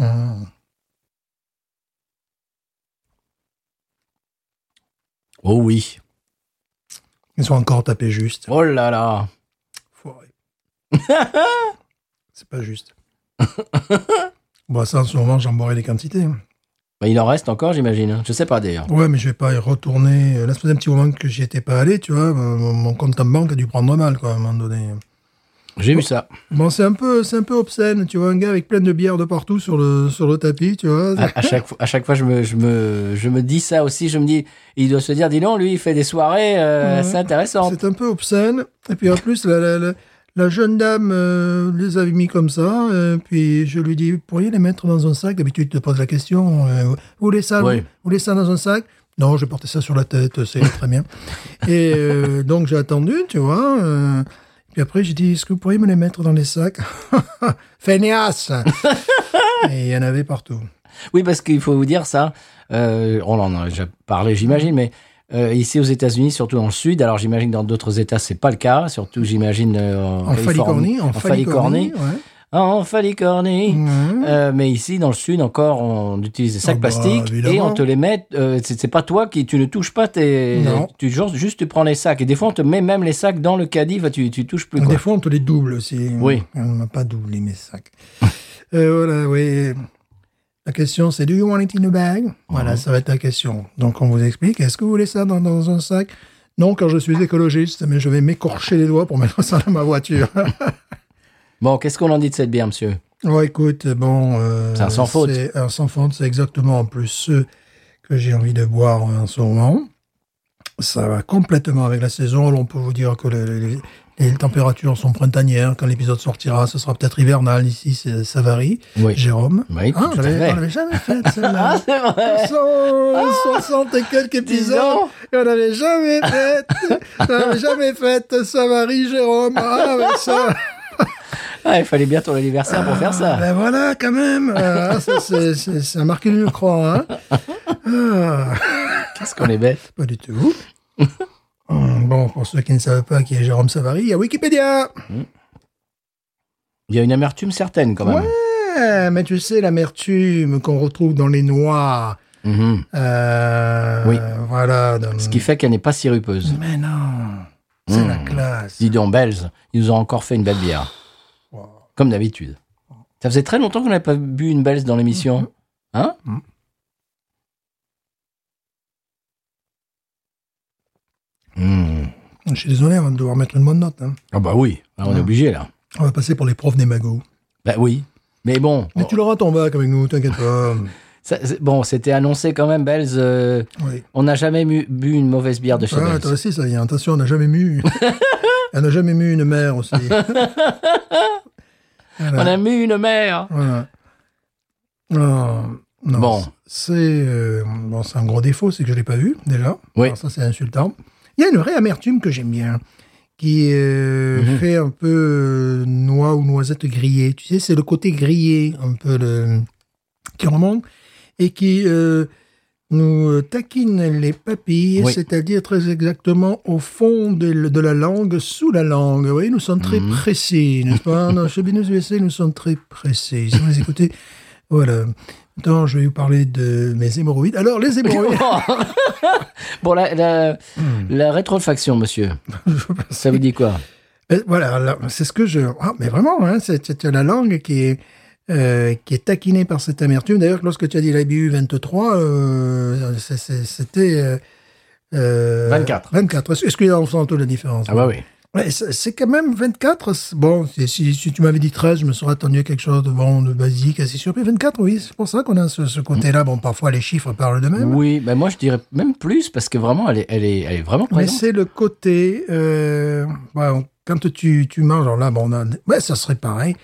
Hum. Mmh. Oh oui. Ils ont encore tapé juste. Oh là là. Foiré. C'est pas juste. bon, ça, en ce moment, j'en boirai des quantités. hein. Bah, il en reste encore, j'imagine. Je sais pas d'ailleurs. Ouais, mais je vais pas y retourner. Là, ça faisait un petit moment que j'y étais pas allé, tu vois. Mon mon compte en banque a dû prendre mal, quoi, à un moment donné. J'ai vu ça. Bon, c'est un peu, c'est un peu obscène, tu vois, un gars avec plein de bière de partout sur le, sur le tapis, tu vois. À, à chaque, fois- à chaque fois, je me, je, me, je me dis ça aussi. Je me dis, il doit se dire, dis non, lui, il fait des soirées euh, assez intéressantes. C'est un peu obscène. Et puis en plus, la, la, la- la jeune dame euh, les avait mis comme ça. euh, puis je lui dis, pourriez les mettre dans un sac D'habitude, je te pose la question. euh, vous voulez ça Oui. Vous voulez ça dans un sac Non, je portais ça sur la tête, c'est très bien. Et euh, donc j'ai attendu, tu vois. euh, puis après, j'ai dit, est-ce que vous pourriez me les mettre dans les sacs Feignasse Et il y en avait partout. Oui, parce qu'il faut vous dire ça. euh, on en a déjà parlé, j'imagine, mais euh, ici aux États-Unis, surtout dans le Sud, alors j'imagine que dans d'autres États, c'est pas le cas. Surtout, j'imagine euh, en, En Falicornie, en Falicornie. Falicornie, ouais. En Falicornie. Mhm. Euh, mais ici, dans le sud, encore, on utilise des sacs Ah bah, plastiques et évidemment. on te les met. euh, c'est c'est pas toi qui, tu ne touches pas tes. Non. Tu genre, juste tu prends les sacs et des fois on te met même les sacs dans le caddie. Enfin, tu, tu touches plus quoi. Des fois, on te les double aussi. Oui. On m'a pas doublé mes sacs. Euh, voilà, oui. La question, c'est Do you want it in a bag Mhm. Voilà, ça va être la question. Donc, on vous explique. Est-ce que vous voulez ça dans, dans un sac Non, car je suis écologiste, mais je vais m'écorcher les doigts pour mettre ça dans ma voiture. Bon, qu'est-ce qu'on en dit de cette bière, monsieur Ouais, écoute, bon. euh, C'est un sans faute. C'est un sans faute, c'est exactement en plus ce que j'ai envie de boire en ce moment. Ça va complètement avec la saison. Alors, on peut vous dire que les, les- les températures sont printanières. Quand l'épisode sortira, ce sera peut-être hivernal. Ici, c'est- ça varie. Oui. Jérôme. Oui, Ah, on tout à l'avait- fait. Ah, on l'avait jamais fait, celle-là. c'est vrai. Ah, 60 et quelques épisodes, donc. et on n'avait jamais fait, on n'avait jamais fait, ça varie, Jérôme, ah, avec ça. Ah, il fallait bien ton anniversaire pour faire ça. Ben voilà, quand même. Euh, ah, ça, c'est- c'est c'est un marqué je crois. hein. Ah, Qu'est-ce qu'on est bête pas du tout. Hum, Bon, pour ceux qui ne savent pas qui est Jérôme Savary, il y a Wikipédia. Il y a une amertume certaine quand même. Ouais, mais tu sais, l'amertume qu'on retrouve dans les noix. Mhm. euh, Oui. Voilà. dans- Ce Hum. qui fait qu'elle n'est pas sirupeuse. Mais non, c'est la classe. Dis donc, Bells, ils nous ont encore fait une belle bière. Comme d'habitude. Ça faisait très longtemps qu'on n'avait pas bu une Bells dans Mhm. l'émission. Hein Mmh. Je suis désolé, on va devoir mettre une bonne note. hein. Ah bah oui, Ah, on est obligé là. On va passer pour les profs des magots. Bah oui. Mais bon, Mais tu l'auras ton bac avec nous, t'inquiète pas. ça- c'est- bon, c'était annoncé quand même, Bells. euh, Oui. on n'a jamais mu- bu une mauvaise bière de chez Ah, Bells. toi aussi, ça y est. Attention, on n'a jamais mu. on n'a jamais mu une mère aussi. On a mis une mère. Voilà. Ah, non, Bon. C'est euh, bon, c'est un gros défaut, c'est que je ne l'ai pas vu, déjà. Oui. Alors ça, c'est insultant. Il y a une vraie amertume que j'aime bien, qui euh, Mhm. fait un peu euh, noix ou noisette grillée. Tu sais, c'est le côté grillé, un peu, le, qui remonte et qui euh, nous taquine les papilles, Oui. c'est-à-dire très exactement au fond de, l- de la langue, sous la langue. Vous voyez, nous sommes très précis, n'est-ce pas Non, Chez Binous USA, nous sommes très précis. Si vous les écoutez, voilà. Maintenant, je vais vous parler de mes hémorroïdes. Alors, les hémorroïdes, bon, la, la, Hmm. la rétrofaction, monsieur, ça vous dit quoi Euh, voilà, là, c'est ce que je... Ah, mais vraiment, hein, c'est c'est la langue qui est... euh, qui est taquinée par cette amertume. D'ailleurs, lorsque tu as dit la BU 23, euh, c'est- c'est- c'était... euh, euh, 24. 24. Excusez-moi, on sent un peu la différence. Ah bah oui. Ouais, c'est c'est quand même 24. c'est- Bon, si, si- si tu m'avais dit 13, je me serais attendu à quelque chose de bon, de basique, assez surpris. 24, oui, c'est pour ça qu'on a ce, ce côté-là. Bon, parfois les chiffres parlent d'eux-mêmes. Oui, ben moi je dirais même plus parce que vraiment elle est, elle est, elle est vraiment mais présente. c'est le côté. Euh, bon, quand tu, tu manges, alors là, bon, on a- ouais, ça serait pareil.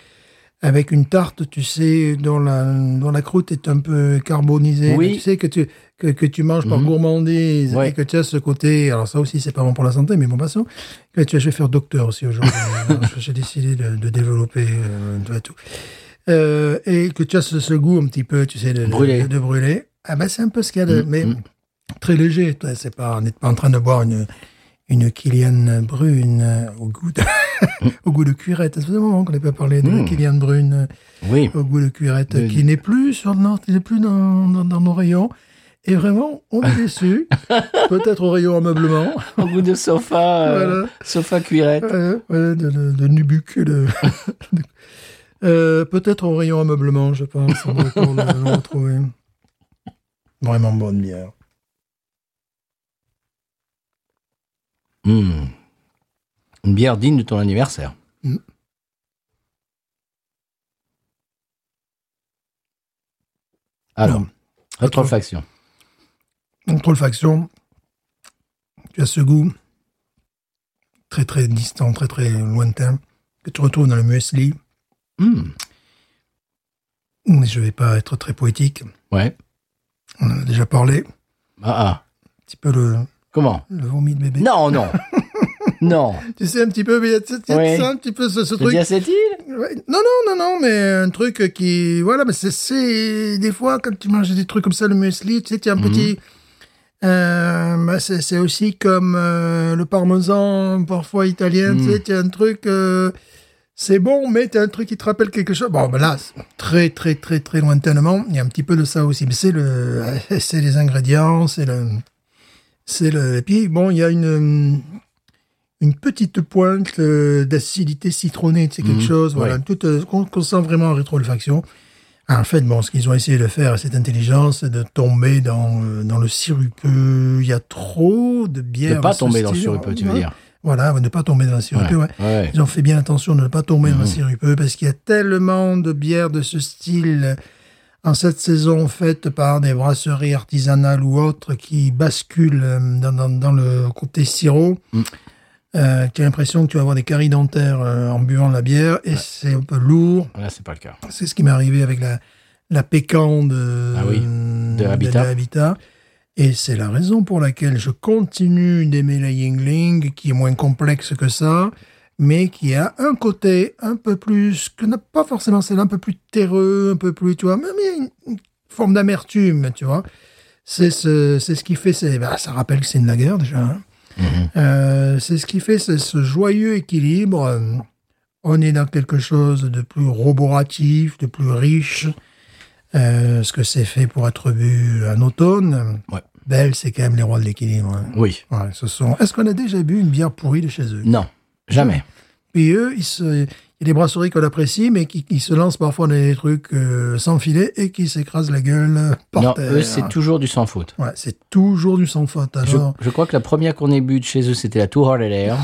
Avec une tarte, tu sais, dont la, dont la croûte est un peu carbonisée. Oui. Mhm. mais Tu sais, que tu, que, que tu manges par gourmandise. Ouais. Et que tu as ce côté. Alors, ça aussi, c'est pas bon pour la santé, mais bon, passons. Que tu as, je vais faire docteur aussi aujourd'hui. Alors, J'ai décidé de, de développer euh, tout à tout. Euh, et que tu as ce, ce goût un petit peu, tu sais, de, de- Brûlé. de, brûler. Ah ben c'est un peu ce qu'il y a de, Mm, mais mm. très léger. Toi, C'est pas, on n'est pas en train de boire une une Kylian brune euh, au goût de, au goût de cuirette. Ça faisait un moment qu'on n'avait pas parlé de Mm. Kylian brune Oui. euh, au goût de cuirette De- qui n'est plus sur le nord, qui n'est plus dans, dans, dans nos rayons. Et vraiment, on est déçu. Peut-être au rayon ameublement. Au bout de sofa, euh, Voilà. sofa cuirette. Ouais, Euh, ouais, de, de- de Nubuck. de- de- Euh, Peut-être au rayon ameublement, je pense. On va encore le- le retrouver. Vraiment bonne bière. Hmm. Une bière digne de ton anniversaire. Mm. Alors, Non. Contrefaction. Contrefaction. Tu as ce goût très très distant, très très lointain que tu retrouves dans le muesli. Hmm. Mais je vais pas être très poétique. Ouais. On en a déjà parlé. Un Ah, ah. petit peu le, Comment le vomi de bébé. Non, non. non. Tu sais un petit peu, mais il y a- tu sais, Ouais. ça, un petit peu ce, ce C'est truc. diacétyl Ouais. Non, non, non, non, mais un truc qui, voilà, mais c'est, c'est des fois quand tu manges des trucs comme ça, le muesli, tu sais, tu as un petit. Euh, bah, c'est, c'est aussi comme euh, le parmesan parfois italien, tu sais, tu as un truc. euh, c'est bon, mais tu as un truc qui te rappelle quelque chose. Bon, ben là, c'est très, très, très, très lointainement, il y a un petit peu de ça aussi. Mais c'est le, c'est les ingrédients, c'est le, c'est le. Et puis bon, il y a une une petite pointe euh, d'acidité citronnée, c'est quelque Mhm, chose, voilà, ouais. tout euh, qu'on qu'on sent vraiment en rétrofaction. En fait, bon, ce qu'ils ont essayé de faire à cette intelligence, c'est de tomber dans, euh, dans le sirupeux. Il y a trop de bières. Ne pas ce tomber dans le style. hein. surpeu, tu veux dire. Voilà, ouais, ne pas tomber dans le sirupeux. ouais. Ouais. Ils ont fait bien attention de ne pas tomber Mhm. dans le sirupeux parce qu'il y a tellement de bières de ce style en cette saison faites par des brasseries artisanales ou autres qui basculent euh, dans, dans- dans le côté sirop. Mm. Euh, tu as l'impression que tu vas avoir des caries dentaires euh, en buvant la bière et c'est un peu lourd. Là, c'est pas le cas. C'est ce qui m'est arrivé avec la, la euh, pécan de, Ah oui, de, Habitat. de Habitat. Et c'est la raison pour laquelle je continue d'aimer la Yingling, qui est moins complexe que ça, mais qui a un côté un peu plus, que n'a pas forcément celle un peu plus terreux, un peu plus, tu vois, mais mais une, une forme d'amertume, tu vois. C'est ce, c'est ce qui fait, c'est, bah, ça rappelle que c'est une laguerre déjà. hein. Euh, c'est ce qui fait ce, ce joyeux équilibre. Euh, On est dans quelque chose de plus roboratif, de plus riche. Euh, ce que c'est fait pour être bu en automne. Ouais. Belle, c'est quand même les rois de l'équilibre. hein. Oui. Ouais, ce sont. Est-ce qu'on a déjà bu une bière pourrie de chez eux Non. Jamais. Puis eux, ils se- il y a des brasseries qu'on apprécie, mais qui, qui se lancent parfois dans des trucs euh, sans filet et qui s'écrasent la gueule par non, terre. eux, c'est toujours du sans faute. Ouais, c'est toujours du sans faute. Je, hein. Alors, je crois que la première qu'on ait bu de chez eux, c'était la Tour l'air.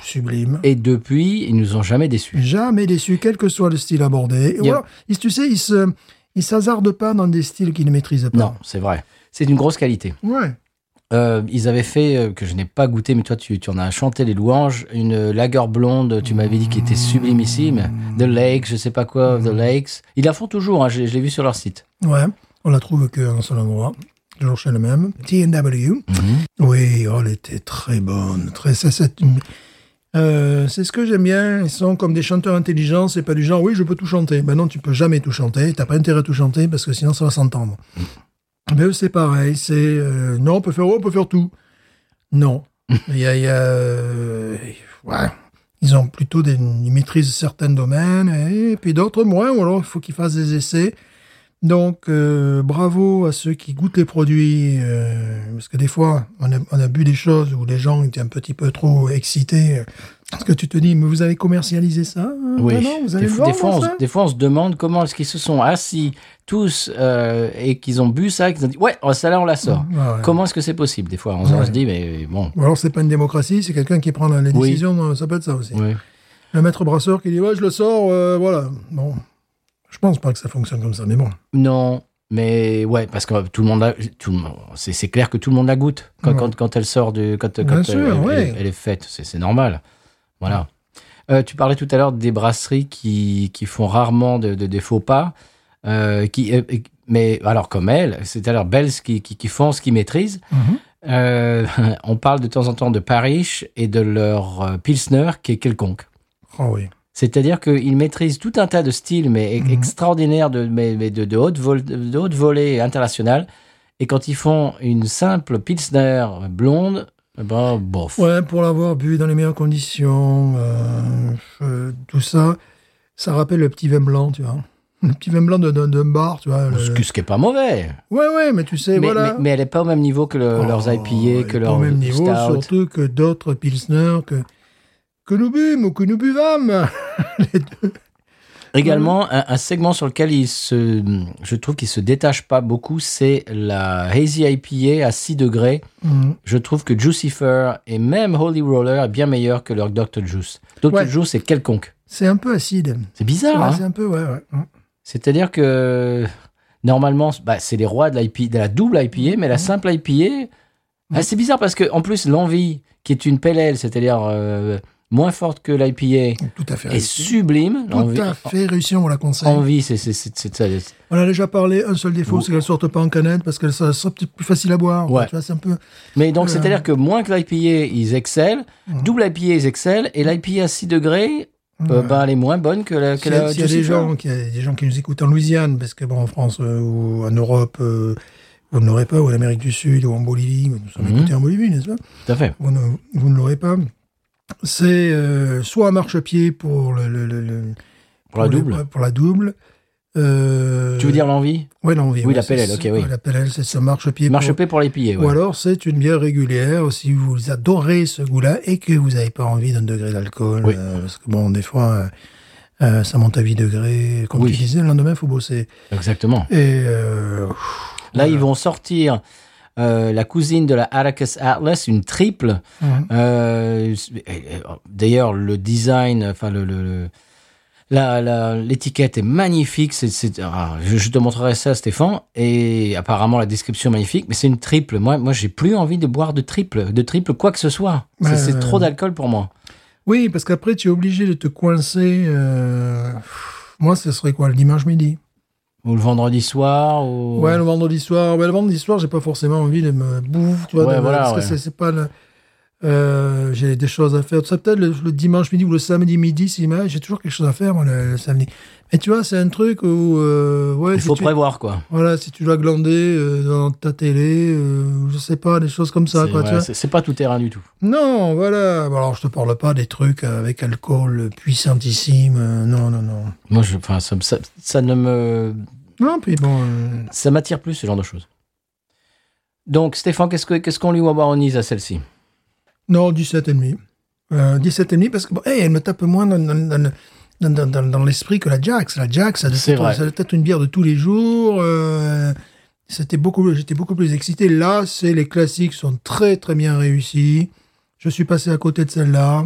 sublime. Et depuis, ils nous ont jamais déçus. Jamais déçu, quel que soit le style abordé. Et Il y a- voilà, ils- tu sais, ils se, ils s'hazardent pas dans des styles qu'ils ne maîtrisent pas. Non, c'est vrai. C'est une grosse qualité. Ouais. Euh, ils avaient fait, euh, que je n'ai pas goûté, mais toi, tu, tu en as chanté les louanges, une euh, lager blonde, tu m'avais dit, qui était sublimissime. The Lake, je sais pas quoi, of The Lakes. Ils la font toujours, hein, je, je l'ai vu sur leur site. Ouais. On la trouve qu'à un seul endroit. Toujours chez le même. TNW. Oui, oh, elle était très bonne. Très, ça, c'est une- Euh, c'est ce que j'aime bien. Ils sont comme des chanteurs intelligents. C'est pas du genre, oui, je peux tout chanter. Ben non, tu peux jamais tout chanter. T'as pas intérêt à tout chanter parce que sinon ça va s'entendre. Mais eux, c'est pareil. C'est, euh, non, on peut faire, on peut faire tout. Non. Il y a, il y a, euh, ouais. Ils ont plutôt des, ils maîtrisent certains domaines et puis d'autres moins. Ou alors, il faut qu'ils fassent des essais. Donc, euh, bravo à ceux qui goûtent les produits, euh, parce que des fois, on a, on a bu des choses où les gens étaient un petit peu trop excités. Parce que tu te dis, mais vous avez commercialisé ça euh, vraiment vous des, avez fois- des fois, on, se- des fois, on se demande comment est-ce qu'ils se sont assis tous euh, et qu'ils ont bu ça, qu'ils ont dit, ouais, oh, celle-là, on la sort. Comment est-ce que c'est possible Des fois, on, on Ouais. se dit, mais bon. Ou alors, c'est pas une démocratie, c'est quelqu'un qui prend les Oui. décisions. euh, Ça peut être ça aussi. Ouais. Le maître brasseur qui dit, ouais, je le sors, euh, voilà. Bon, je pense pas que ça fonctionne comme ça, mais bon. Non, mais ouais, parce que tout le monde la, tout le monde, c'est, c'est clair que tout le monde la goûte quand, Ouais. quand, quand elle sort de, quand, quand euh, Bien elle, sûr, elle- ouais. elle- elle est faite, c'est, c'est normal. Voilà. Euh, tu parlais tout à l'heure des brasseries qui, qui font rarement de, de- des faux pas, euh, qui, euh, mais alors comme elles, c'est à l'heure belles qui, qui, qui font ce qu'ils maîtrisent. Euh, on parle de temps en temps de Parish et de leur euh, Pilsner qui est quelconque. Ah oui. C'est-à-dire qu'ils maîtrisent tout un tas de styles, mais e- Mhm. extraordinaires, de, mais, mais de, de, haute vol- de haute volée internationale. Et quand ils font une simple Pilsner blonde, eh ben, bof. Ouais, pour l'avoir bu dans les meilleures conditions, euh, euh, tout ça, ça rappelle le petit vin blanc, tu vois. le petit vin blanc d'un de, de- d'un bar, tu vois. le- Ce, que- ce qui est pas mauvais. Ouais, ouais, mais tu sais, Mais, euh, voilà. mais- mais elle est pas au même niveau que le- Oh, leurs IPA, que et leurs Au même niveau, stout. surtout que d'autres pilsners que, que nous bûmes ou que nous buvâmes. Les deux. Également, un, un segment sur lequel il se, je trouve qu'il se détache pas beaucoup, c'est la Hazy IPA à 6 degrés. Mhm. Je trouve que Juicifer et même Holy Roller est bien meilleur que leur Dr. Juice. Dr. Ouais. Juice est quelconque. C'est un peu acide. C'est bizarre, Ouais, hein C'est un peu, ouais, ouais. Mhm. C'est-à-dire que normalement, c'est- bah, c'est les rois de, la IP de la double IPA, mais la simple IPA, ah, c'est bizarre parce que en plus l'envie, qui est une pelle c'est-à-dire euh, moins forte que l'IPA, Tout à fait est réussi. sublime. Tout L'envie, à fait réussi, on vous la conseille. envie, c'est c'est- c'est- c'est- c'est- On a déjà parlé, un seul défaut, Vous- c'est qu'elle ne sorte pas en canette parce qu'elle sera sera peut-être plus facile à boire. Ouais. Tu vois, c'est un peu. Mais donc Euh. c'est-à-dire que moins que l'IPA, ils excellent. Double IPA, ils excellent. Et l'IPA à 6 degrés, euh, Ouais. bah, elle est moins bonne que la, que S'il y a- la s'il y a des Juicy gens, Fruit. qui, des gens qui nous écoutent en Louisiane, parce que bon, en France euh, ou en Europe, euh, vous ne l'aurez pas, ou en Amérique du Sud, ou en Bolivie, nous sommes Mhm. écoutés en Bolivie, n'est-ce pas Tout à fait. vous ne, vous ne l'aurez pas. C'est euh, soit un marchepied pour le, le- le- le- Pour la le- double. ouais, pour la double. Euh, Tu veux dire l'envie ouais, l'envie, Oui, ouais, la c'est- PLL, ok, c'est- oui. ouais, La PLL, c'est ce marchepied. pour- Marche-pied pour l'IPA, ouais. Ou alors, c'est une bière régulière. Si vous adorez ce goût-là et que vous n'avez pas envie d'un degré d'alcool, Oui. euh, parce que bon, des fois, euh, euh, ça monte à 8 degrés. Comme Oui. tu disais, le lendemain, il faut bosser. Exactement. Et euh, Là, ils vont sortir euh, la cousine de la Arrakis Atlas, une triple. Mhm. Euh, et- et- D'ailleurs, le design, enfin, le. le- le- la- la- L'étiquette est magnifique, c'est c'est- ah, je, je te montrerai ça Stéphane, et apparemment la description est magnifique, mais c'est une triple. Moi, moi j'ai plus envie de boire de triple, de triple quoi que ce soit. C'est Ouais, c'est ouais, trop ouais. d'alcool pour moi. oui, parce qu'après, tu es obligé de te coincer. euh, pff, Moi, ce serait quoi, le dimanche midi Ou le vendredi soir, ou... Ouais, le vendredi soir. Ouais, le vendredi soir, j'ai pas forcément envie de me bouffer. Tu vois, Ouais, de- voilà, parce que ouais. c'est- c'est pas le- euh, j'ai des choses à faire. Tout ça, peut-être le, le dimanche midi ou le samedi midi, si mais j'ai toujours quelque chose à faire, moi, le, le samedi. Mais tu vois, c'est un truc où, euh, ouais, il si faut tu, prévoir quoi. voilà, si tu dois glander euh, dans ta télé, euh, je sais pas, des choses comme ça, C'est quoi, tu ouais, vois. c'est- c'est pas tout terrain du tout. Non, voilà. Bon, Alors, je te parle pas des trucs avec alcool puissantissime. euh, non, non, non. Moi, je, enfin, ça, me- ça- ça ne me, Non, puis bon. euh, ça m'attire plus ce genre de choses. Donc, Stéphane, qu'est-ce que- qu'est-ce qu'on lui waronise à celle-ci Non, 17,5. Euh, 17,5 parce que, bon, hey, elle me tape moins dans, dans- dans- dans- dans- dans- dans l'esprit que la Jax. La Jax, ça doit C'est vrai. être- ça doit être une bière de tous les jours. euh, c'était beaucoup, j'étais beaucoup plus excité. Là, c'est les classiques sont très très bien réussis. Je suis passé à côté de celle-là.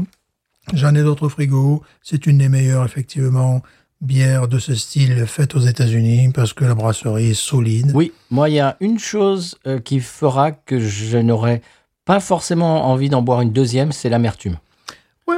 J'en ai d'autres au frigo. C'est une des meilleures, effectivement, bières de ce style faite aux États-Unis parce que la brasserie est solide. Oui, moi, il y a une chose euh, qui fera que je n'aurai pas forcément envie d'en boire une deuxième, c'est l'amertume. Ouais.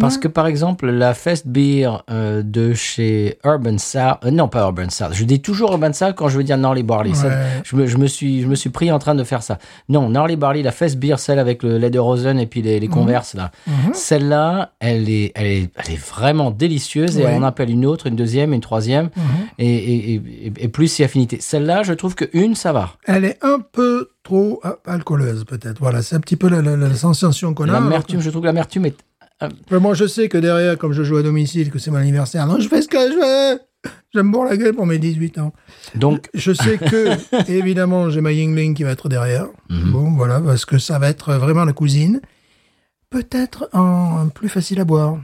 Parce Ouais. que, par exemple, la Fest Beer euh, de chez Urban Sour, euh, non, pas Urban Sour, je dis toujours Urban Sour quand je veux dire Norley Barley. Ça, Ouais. je, me, je me suis, je me suis pris en train de faire ça. Non, Norley Barley, la Fest Beer, celle avec le lait de Rosen et puis les, les Converse, là. Mhm. Celle-là, elle est, elle, est, elle est vraiment délicieuse et Ouais. on appelle une autre, une deuxième, une troisième Mhm. et, et, et, et plus si affinité. Celle-là, je trouve que une, ça va. Elle est un peu trop euh, alcooleuse, peut-être. Voilà, c'est un petit peu la, la- la sensation qu'on a. L'amertume, je trouve que l'amertume est. Enfin, moi, je sais que derrière, comme je joue à domicile, que c'est mon anniversaire, non, je fais ce que je veux. Je me bourre la gueule pour mes 18 ans. Donc, Je sais que, évidemment, j'ai ma Yingling qui va être derrière. Mhm. Bon, voilà, parce que ça va être vraiment la cousine. Peut-être en plus facile à boire.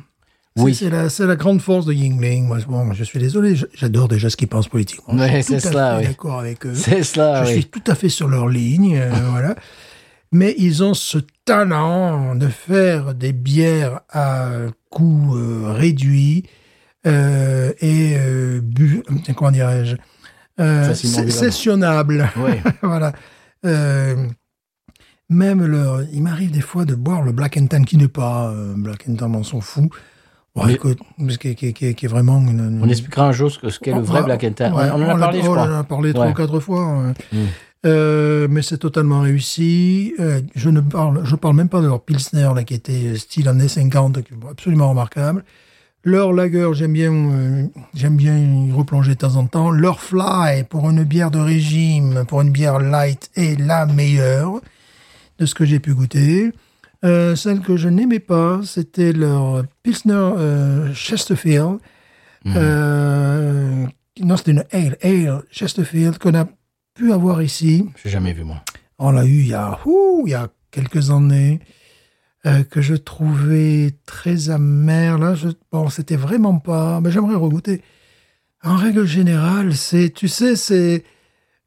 Ça, Oui. C'est la, c'est la grande force de Yingling. Moi, bon, je suis désolé, je- j'adore déjà ce qu'ils pensent politiquement. Je Ouais, suis tout c'est à cela, fait oui. d'accord avec eux. c'est cela, Je Ah oui. suis tout à fait sur leur ligne, euh, voilà. Mais ils ont ce talent de faire des bières à coût euh, réduit euh, et euh, bu, comment dirais-je, euh, Facilement sé- buvable. sessionnable, Ouais. voilà. Euh, même leur, il m'arrive des fois de boire le Black and Tan qui n'est pas euh, Black and Tan, on s'en fout. Bon, Mais- écoute, parce qu'il- qu'il- qu'il- qu'il y a vraiment une- une- On expliquera un jour ce que- ce qu'est le vrai Ouais, Black and Tan. ouais, on en a l'a- parlé, je on en crois. a parlé trois Ouais. ou quatre fois. ouais. Mm. Euh, mais c'est totalement réussi. Euh, je ne parle, je parle même pas de leur Pilsner, là, qui était euh, style années 50, qui est absolument remarquable. Leur lager, j'aime bien, euh, j'aime bien y replonger de temps en temps. Leur fly, pour une bière de régime, pour une bière light, est la meilleure de ce que j'ai pu goûter. Euh, celle que je n'aimais pas, Mm. c'était leur Pilsner euh, Chesterfield, euh, non, c'était une ale, ale Chesterfield qu'on a pu avoir ici. J'ai jamais vu, moi. On l'a eu il y a, ouh, il y a quelques années, euh, que je trouvais très amère. Là, je, bon, c'était vraiment pas, mais j'aimerais regoûter. En règle générale, c'est, tu sais, c'est,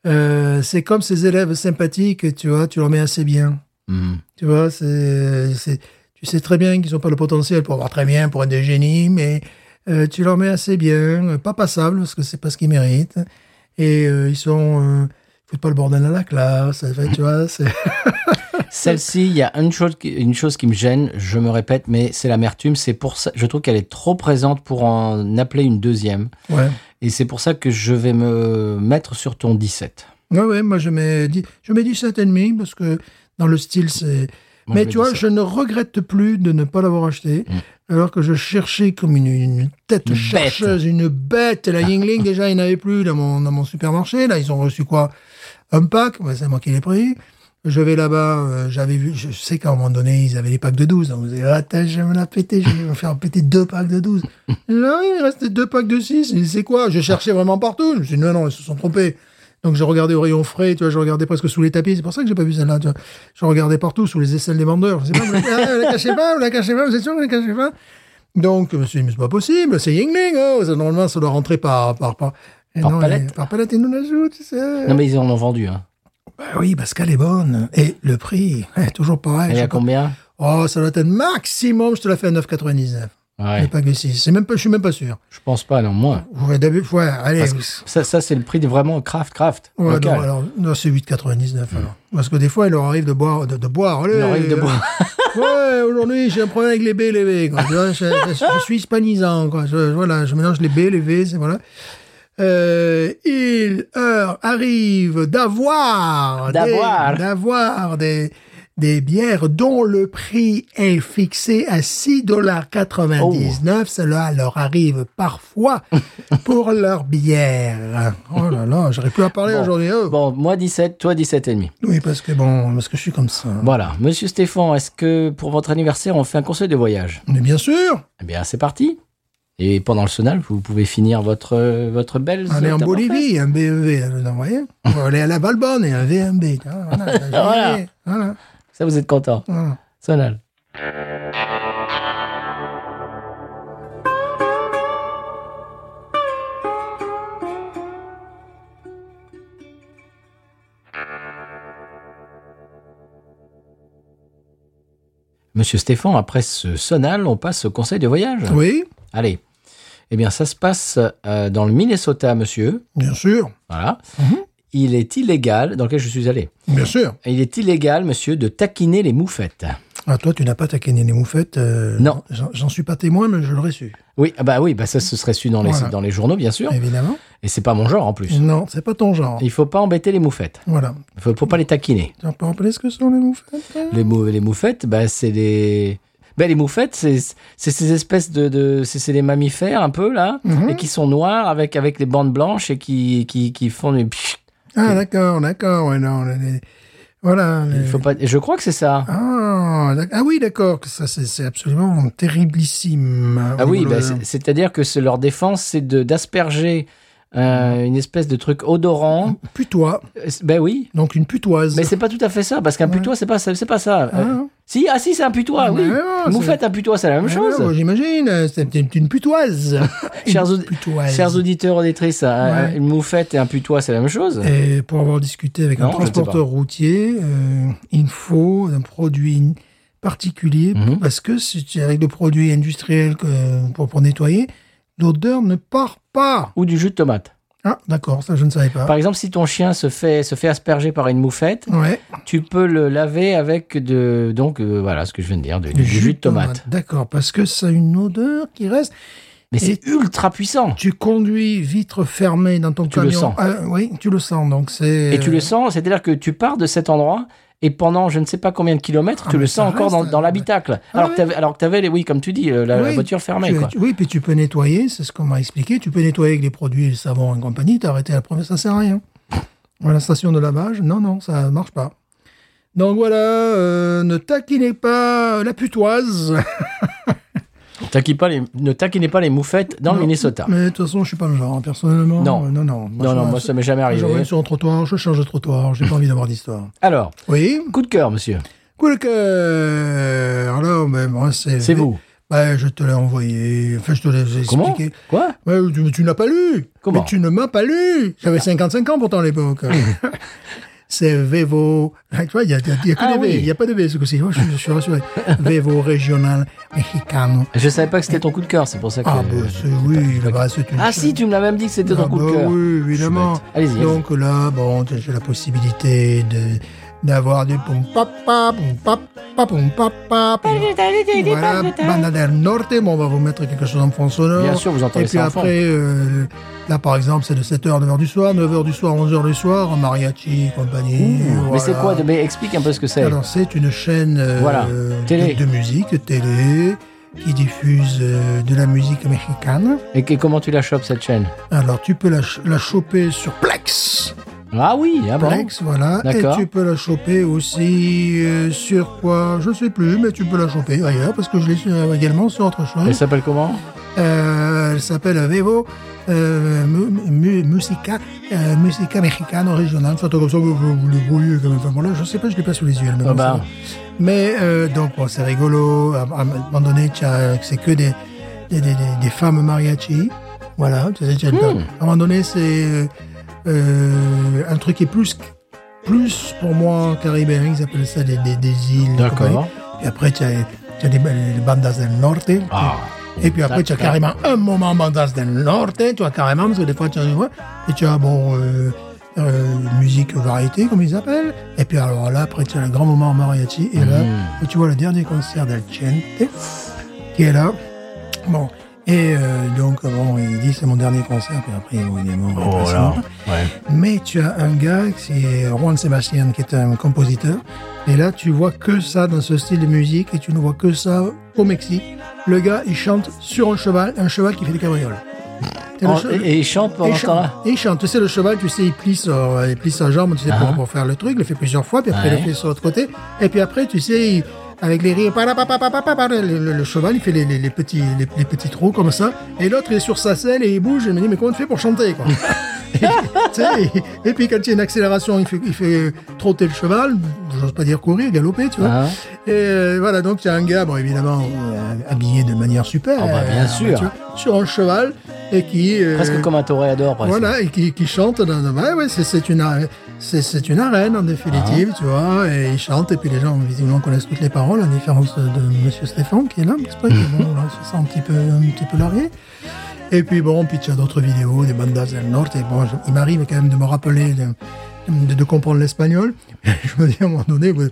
euh, c'est comme ces élèves sympathiques, tu vois, tu leur mets assez bien. Hmm. Tu vois, c'est, c'est- tu sais très bien qu'ils n'ont pas le potentiel pour avoir très bien, pour être des génies, mais euh, tu leur mets assez bien, euh, pas passable, parce que c'est pas ce qu'ils méritent. Et euh, ils sont, euh, ils foutent pas le bordel à la classe, en fait, tu vois, c'est, Celle-ci, il y a une chose, qui- une chose qui me gêne, je me répète, mais c'est l'amertume. C'est pour ça, je trouve qu'elle est trop présente pour en appeler une deuxième. ouais. Et c'est pour ça que je vais me mettre sur ton 17. Ouais, ouais, moi je mets, dix- je mets 17 et demi, parce que dans le style, c'est, Moi, je mais mets tu vois, 17. je ne regrette plus de ne pas l'avoir acheté, alors que je cherchais comme une, une tête Mm. Une Ah. chercheuse, une bête. La Yingling, déjà, il n'y en avait plus dans mon, dans mon supermarché. Là, ils ont reçu quoi Un pack Ouais, C'est moi qui l'ai pris. Je vais là-bas, euh, j'avais vu, je sais qu'à un moment donné, ils avaient les packs de 12. On vous ah, t'as, je vais me la péter, je vais me faire péter deux packs de 12. Là, il restait deux packs de 6. C'est quoi Je cherchais vraiment partout. Je me suis dit, non, non, ils se sont trompés. Donc, je regardais au rayon frais, tu vois, je regardais presque sous les tapis. C'est pour ça que j'ai pas vu celle-là, tu vois. Je regardais partout, sous les aisselles des vendeurs. Je sais pas, vous la, ah, vous la cachez pas, vous la cachez pas, vous êtes sûr que vous la cachez pas? Donc, je me suis dit, mais c'est pas possible, c'est Yingling, oh, ça, normalement, ça doit rentrer par, par, par, Et Par non, palette. et- Par palette, ils nous la jouent, tu sais. Non, mais ils en ont vendu. Hein. Bah oui, parce qu'elle est bonne. Et le prix, eh, toujours pareil. Elle je est sais à pas. combien Oh, ça doit être maximum, je te la fais à 9,99. Ouais, Le pack de 6. C'est même pas, je suis même pas sûr. je pense pas, non, moins. Ouais, d'abord, ouais, allez. Parce que ça, ça c'est le prix de vraiment craft, craft. Ouais, non, local. Hmm. alors, non, c'est 8,99, alors. Parce que des fois, il leur arrive de boire, de, de boire. Allez, Il leur arrive de euh, boire. ouais, aujourd'hui, j'ai un problème avec les B et les V, quoi. Tu vois, je, je- je suis hispanisant, quoi. Je, je- voilà, je mélange les B et les V, c'est voilà. Euh, il euh, arrive d'avoir, des- D'avoir. d'avoir des, des bières dont le prix est fixé à 6,99$. Oh. Cela leur arrive parfois pour leur bière. Oh là là, j'aurais plus à parler Bon. aujourd'hui. oh. Bon, moi 17, toi 17,5. Oui, parce que bon, parce que je suis comme ça. Voilà. Monsieur Stéphane, est-ce que pour votre anniversaire, on fait un conseil de voyage Mais bien sûr, Eh bien, c'est parti. Et pendant le sonal, vous pouvez finir votre, euh, votre belle. On est en tape fête. Bolivie, un E BEV, vous voyez On va aller à la Valbonne et un VMB. Ah, Voilà, Voilà. voilà. voilà, Ça, vous êtes content. voilà. Sonal. Monsieur Stéphane, après ce sonal, on passe au conseil de voyage. Oui, Allez. Eh bien, ça se passe euh, dans le Minnesota, monsieur. bien sûr, Voilà. Il est illégal, dans lequel je suis allé. bien sûr. Il est illégal, monsieur, de taquiner les moufettes. Ah, toi, tu n'as pas taquiné les moufettes. euh, Non. J'en j'en suis pas témoin, mais je l'aurais su, Oui, ah bah oui, bah ça se serait su dans les, Voilà. dans les journaux, bien sûr. évidemment. Et c'est pas mon genre en plus. Non, c'est pas ton genre. Il faut pas embêter les moufettes. Voilà. Il faut, faut pas les taquiner. Tu peux rappeler ce que sont les moufettes hein Les, mou- les moufettes, bah c'est des. Bah, les moufettes, c'est c'est ces espèces de, de c'est c'est des mammifères un peu là, Mhm. et qui sont noirs avec avec les bandes blanches et qui qui, qui font des. pfff. Ah, d'accord, d'accord. ouais, non, les- les- Voilà. Il les- faut pas. et Je crois que c'est ça. Ah, d'ac- ah oui, d'accord. que ça, C'est c'est absolument terriblissime. Ah oui, Oh là bah, là. c'est- c'est-à-dire que c'est- leur défense, c'est de d'asperger euh, une espèce de truc Mhm. odorant. Putois. Euh, Ben oui. Donc une putoise. Mais c'est pas tout à fait ça, parce qu'un putois, c'est pas, ça- c'est pas ça. Euh, Ah. si, ah si, c'est un putois, oui. Ouais, ouais, Moufette, un putois, c'est la même Ah, chose. ouais, J'imagine, euh, c'était une, une putoise. Une Chers, aud- putoise. chers auditeurs, auditrices, un- Ouais. une moufette et un putois, c'est la même chose. Et Euh, pour avoir discuté avec Non, un je ne sais transporteur routier, euh, il faut un produit particulier Mhm. parce que si tu- avec le produit industriel que- pour, pour nettoyer, l'odeur ne part pas. Ou du jus de tomate. Ah, d'accord, ça je ne savais pas. Par exemple, si ton chien se fait, se fait asperger par une moufette, Ouais, tu peux le laver avec de, donc, euh, voilà ce que je viens de dire, de- du, jus, de tomate. D'accord, parce que ça a une odeur qui reste. Mais Et- c'est ultra puissant. Tu conduis vitre fermée dans ton Tu le camion. sens. Ah, oui, tu le sens, donc c'est. euh, Et tu le sens, c'est-à-dire que tu pars de cet endroit et pendant je ne sais pas combien de kilomètres, Ah, tu mais le ça sens encore reste, dans, dans euh, l'habitacle. Ah, alors, ouais. que t'avais- alors que tu avais, les, oui, comme tu dis, euh, la, la Oui, voiture fermée. Tu- quoi. tu- oui, puis tu peux nettoyer, c'est ce qu'on m'a expliqué. Tu peux nettoyer avec les produits, le savon et compagnie. T'as arrêté la première, ça sert à rien. Voilà, station de lavage. Non, non, ça marche pas. Donc voilà, euh, ne taquinez pas la putoise. Taquine pas les- ne taquinez pas les moufettes dans le Non, Minnesota. Mais de toute façon, je suis pas le genre, hein, personnellement. Non. Euh, non, non. Non, non, moi, ça m'est jamais arrivé. J'envoie sur un trottoir, je change de trottoir, j'ai pas envie d'avoir d'histoire. Alors, Oui. coup de cœur, monsieur. Coup de cœur. Alors, ben, moi, c'est. C'est vous. Ben, je te l'ai envoyé. Enfin, je te l'ai expliqué. Comment Quoi Ouais, tu, tu n'as pas lu. Comment Mais tu ne m'as pas lu. J'avais 55 ans pourtant à l'époque. C'est Vevo. Tu vois, il n'y a, il y a- il y a que Ah des V. oui. Il n'y a pas de V ce coup-ci. Oh, je, suis- je suis rassuré. Vevo Régional Mexicano. Je savais pas que c'était ton coup de cœur, c'est pour ça que. Ah, ben, c'est- oui, là-bas, c'est une Ah si, tu me l'as même dit que c'était ton Ah coup de bah cœur. Oui, évidemment. Je suis bête. Allez-y, allez-y. Donc là, bon, j'ai la possibilité de d'avoir des pom papa, pom papa, pom papa. Voilà, Banda del Norte. Bon, on va vous mettre quelque chose en fond sonore. Bien sûr, vous entendez Et puis ça en fond. après, euh, là par exemple, c'est de 7h, 9h du soir, 9h du soir, 11h du soir, en mariachi, compagnie. Mais voilà. c'est quoi de- Mais explique un peu ce que c'est. Alors, c'est une chaîne euh, Voilà, de- télé. de musique, télé, qui diffuse euh, de la musique mexicaine. Et que- comment tu la chopes cette chaîne Alors, tu peux la, ch- la choper sur Plex. Ah oui, ah bon Plex, voilà. Et D'accord. tu peux la choper aussi euh, sur quoi Je sais plus, mais tu peux la choper ailleurs parce que je l'ai su- euh, également sur autre Elle chose. s'appelle comment Euh, elle s'appelle Vevo euh, mu- mu- Musica, euh, Musica Mexicano Regional. Enfin, comme ça, vous, vous, vous le brouillez quand même. Enfin, bon, là, je sais pas, je l'ai pas sous les yeux. elle me Ah bah. montre ça. Mais euh, donc, bon, c'est rigolo. À, à un moment donné, tu as- c'est que des, des, des, des- des femmes mariachi. Voilà. tu sais, tu as- Hmm. À un moment donné, c'est euh, euh, un truc qui est plus, plus pour moi caribéen. Ils appellent ça des, des, des îles. D'accord. Et après, tu as, tu as des, les bandas del norte. Ah. Et puis après, Ça, tu as ça. carrément un moment bandas del norte, tu as hein, carrément, parce que des fois, tu as, ouais, et tu as, bon, euh, euh, musique variété, comme ils appellent. Et puis alors là, après, tu as le grand moment en mariachi, et là, Mm. et tu vois le dernier concert d'El Chente, qui est là. Bon. Et euh, donc, bon, il dit, c'est mon dernier concert, puis après, bon, il est mort. il est Oh passé là. longtemps. Ouais. Mais tu as un gars, c'est Juan Sebastian, qui est un compositeur. Et là, tu vois que ça dans ce style de musique et tu ne vois que ça au Mexique. Le gars, il chante sur un cheval, un cheval qui fait des cabrioles. T'as le En- che- et, et il chante et pendant il ce temps-là chante, et il chante. Tu sais, le cheval, tu sais, il plie, son- il plie sa jambe, tu sais, pour, Ah. pour faire le truc, il le fait plusieurs fois, puis après, Ouais. il le fait sur l'autre côté. Et puis après, tu sais, il- avec les rires, parapapapapapa, le, le- le cheval, il fait les, les- les petits, les, les petits trous comme ça. Et l'autre, il est sur sa selle et il bouge. Et il me dit, mais comment tu fais pour chanter, quoi? Tu sais, et, et puis quand il y a une accélération, il fait, il fait trotter le cheval, j'ose pas dire courir, galoper, tu vois. Ah. Et euh, voilà, donc il y a un gars, bon, évidemment, euh, habillé de manière super. Ah bah, bien euh, sûr. tu vois, sur un cheval et qui... euh, Presque comme un toréador, presque. voilà, et qui, qui chante. Dans, dans- ouais, ouais, c'est- c'est une, arè- c'est- c'est une arène, en définitive, tu vois. Et ils chantent, et puis les gens, visiblement, connaissent toutes les paroles, à différence de Monsieur Stéphane, qui est là, c'est pas qui, bon, là, se sent un petit peu, un petit peu largué. Et puis, bon, puis tu as d'autres vidéos, des bandas del norte, et bon, je- il m'arrive quand même de me rappeler, de, de, de comprendre l'espagnol. je me dis, à un moment donné, au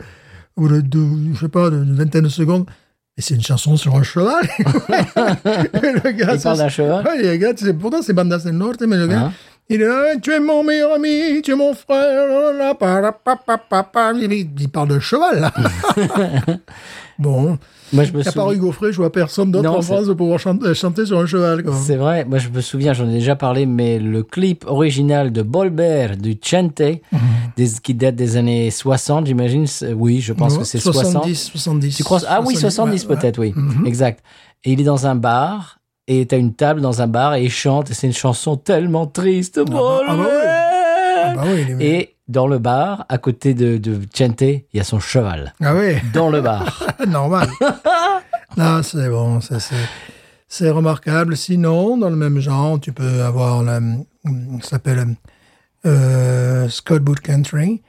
bout de, de- je sais pas, d'une vingtaine de secondes, et c'est une chanson sur un cheval. Et le gars Il se- parle d'un cheval Ouais, les gars, tu sais, pourtant c'est Bandas del Norte, mais le gars, Hein il est là, tu es mon meilleur ami, tu es mon frère, la, la, pa, la, pa, pa, pa, pa. Il, il parle de cheval, là. bon, Moi, je me à part souviens. Hugo Frey, je vois personne d'autre Non, en c'est- France de pouvoir chanter, euh, chanter sur un cheval. quoi. C'est vrai, moi je me souviens, j'en ai déjà parlé, mais le clip original de Bolbert du Chente, Mhm. des- qui date des années 60, j'imagine. c'est- Oui, je pense que c'est 60. 70, 70. Tu crois Ah oui, 70 ouais, ouais. peut-être, oui. Mhm. Exact. Et il est dans un bar, et t'as une table dans un bar, et il chante, et c'est une chanson tellement triste. bah- ah bah oui. Ah Bolbert bah oui, les- Et dans le bar, à côté de, de Chente, il y a son cheval. Ah oui, Dans le bar. normal. Là, c'est bon, ça c'est. C'est remarquable. Sinon, dans le même genre, tu peux avoir la, ça s'appelle euh, Scott Boot Country.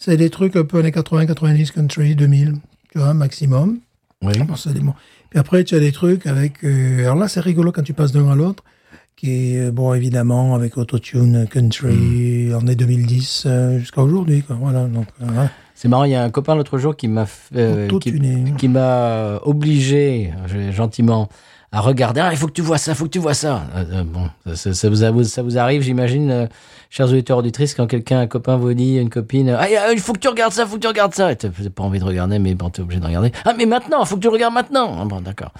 C'est des trucs un peu années 80, 90, country, 2000, tu vois, maximum. Oui. Bon, ça dépend. Puis après, tu as des trucs avec. euh, alors là, c'est rigolo quand tu passes d'un à l'autre, qui est, euh, bon, évidemment, avec Autotune Country, Mm. en est 2010 euh, jusqu'à aujourd'hui, quoi. Voilà. Donc, euh, voilà. C'est marrant, il y a un copain l'autre jour qui m'a f- euh, Tout qui, tuné. qui m'a obligé euh, gentiment à regarder. Ah, il faut que tu vois ça, il faut que tu vois ça. Euh, euh, bon, ça, ça- ça vous, a- ça vous arrive, j'imagine, euh, chers auditeurs auditrices, quand quelqu'un, un copain vous dit, une copine, ah, euh, il faut que tu regardes ça, il faut que tu regardes ça. Et T'as t'as pas envie de regarder, mais bon, t'es obligé de regarder. Ah, mais maintenant, il faut que tu le regardes maintenant. Ah, bon, d'accord.